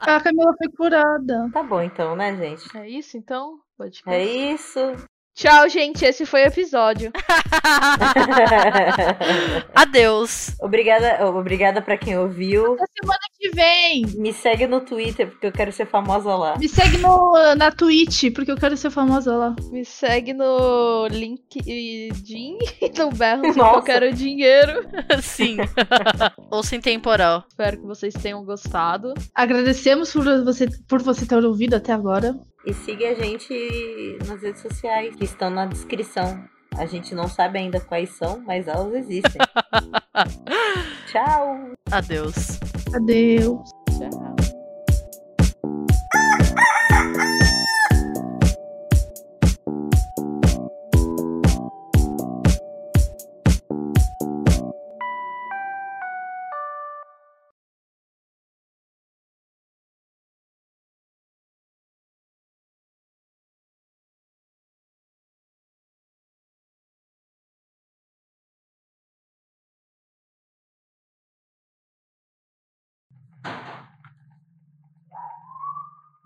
S1: A Camila foi curada.
S2: Tá bom então, né, gente?
S3: É isso então? Pode
S2: É isso.
S3: Tchau, gente. Esse foi o episódio.
S4: Adeus.
S2: obrigada, obrigada para quem ouviu.
S1: Na semana que vem,
S2: Me segue no Twitter porque eu quero ser famosa lá.
S1: me segue no, na Twitch, porque eu quero ser famosa lá.
S3: Me segue no LinkedIn e no Berros que eu
S2: Nossa.
S3: quero dinheiro.
S4: Sim. Ou sem temporal.
S3: Espero que vocês tenham gostado.
S1: Agradecemos por você, por você ter ouvido até agora.
S2: E siga a gente nas redes sociais que estão na descrição. A gente não sabe ainda quais são, mas elas existem. Tchau.
S4: Adeus.
S1: Adeus.
S3: Tchau.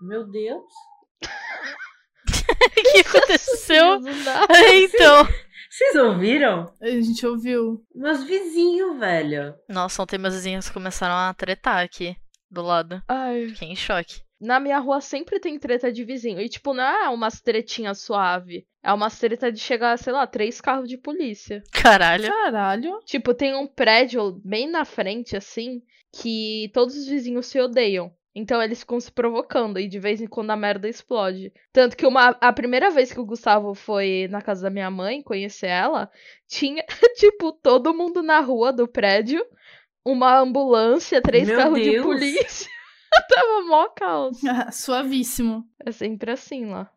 S2: Meu Deus.
S4: O que aconteceu?
S3: Do nada.
S4: então.
S2: Vocês ouviram?
S1: A gente ouviu.
S2: Meus vizinhos, velho.
S4: Nossa, ontem meus vizinhos começaram a tretar aqui do lado.
S3: Ai.
S4: Fiquei em choque.
S3: Na minha rua sempre tem treta de vizinho. E, tipo, não é umas tretinhas suave. É umas treta de chegar, sei lá, três carros de polícia.
S4: Caralho.
S1: Caralho.
S3: Tipo, tem um prédio bem na frente, assim, que todos os vizinhos se odeiam. Então eles ficam se provocando e de vez em quando a merda explode. Tanto que uma, a primeira vez que o Gustavo foi na casa da minha mãe conhecer ela, tinha, tipo, todo mundo na rua do prédio, uma ambulância, três
S2: Meu
S3: carros de
S2: Deus.
S3: polícia. Tava mó caos.
S1: Suavíssimo.
S3: É sempre assim lá.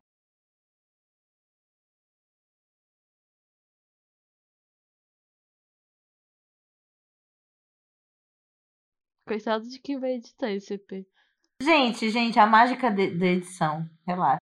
S3: Coitado de quem vai editar esse EP.
S2: Gente, gente, a mágica de- da edição. Relaxa.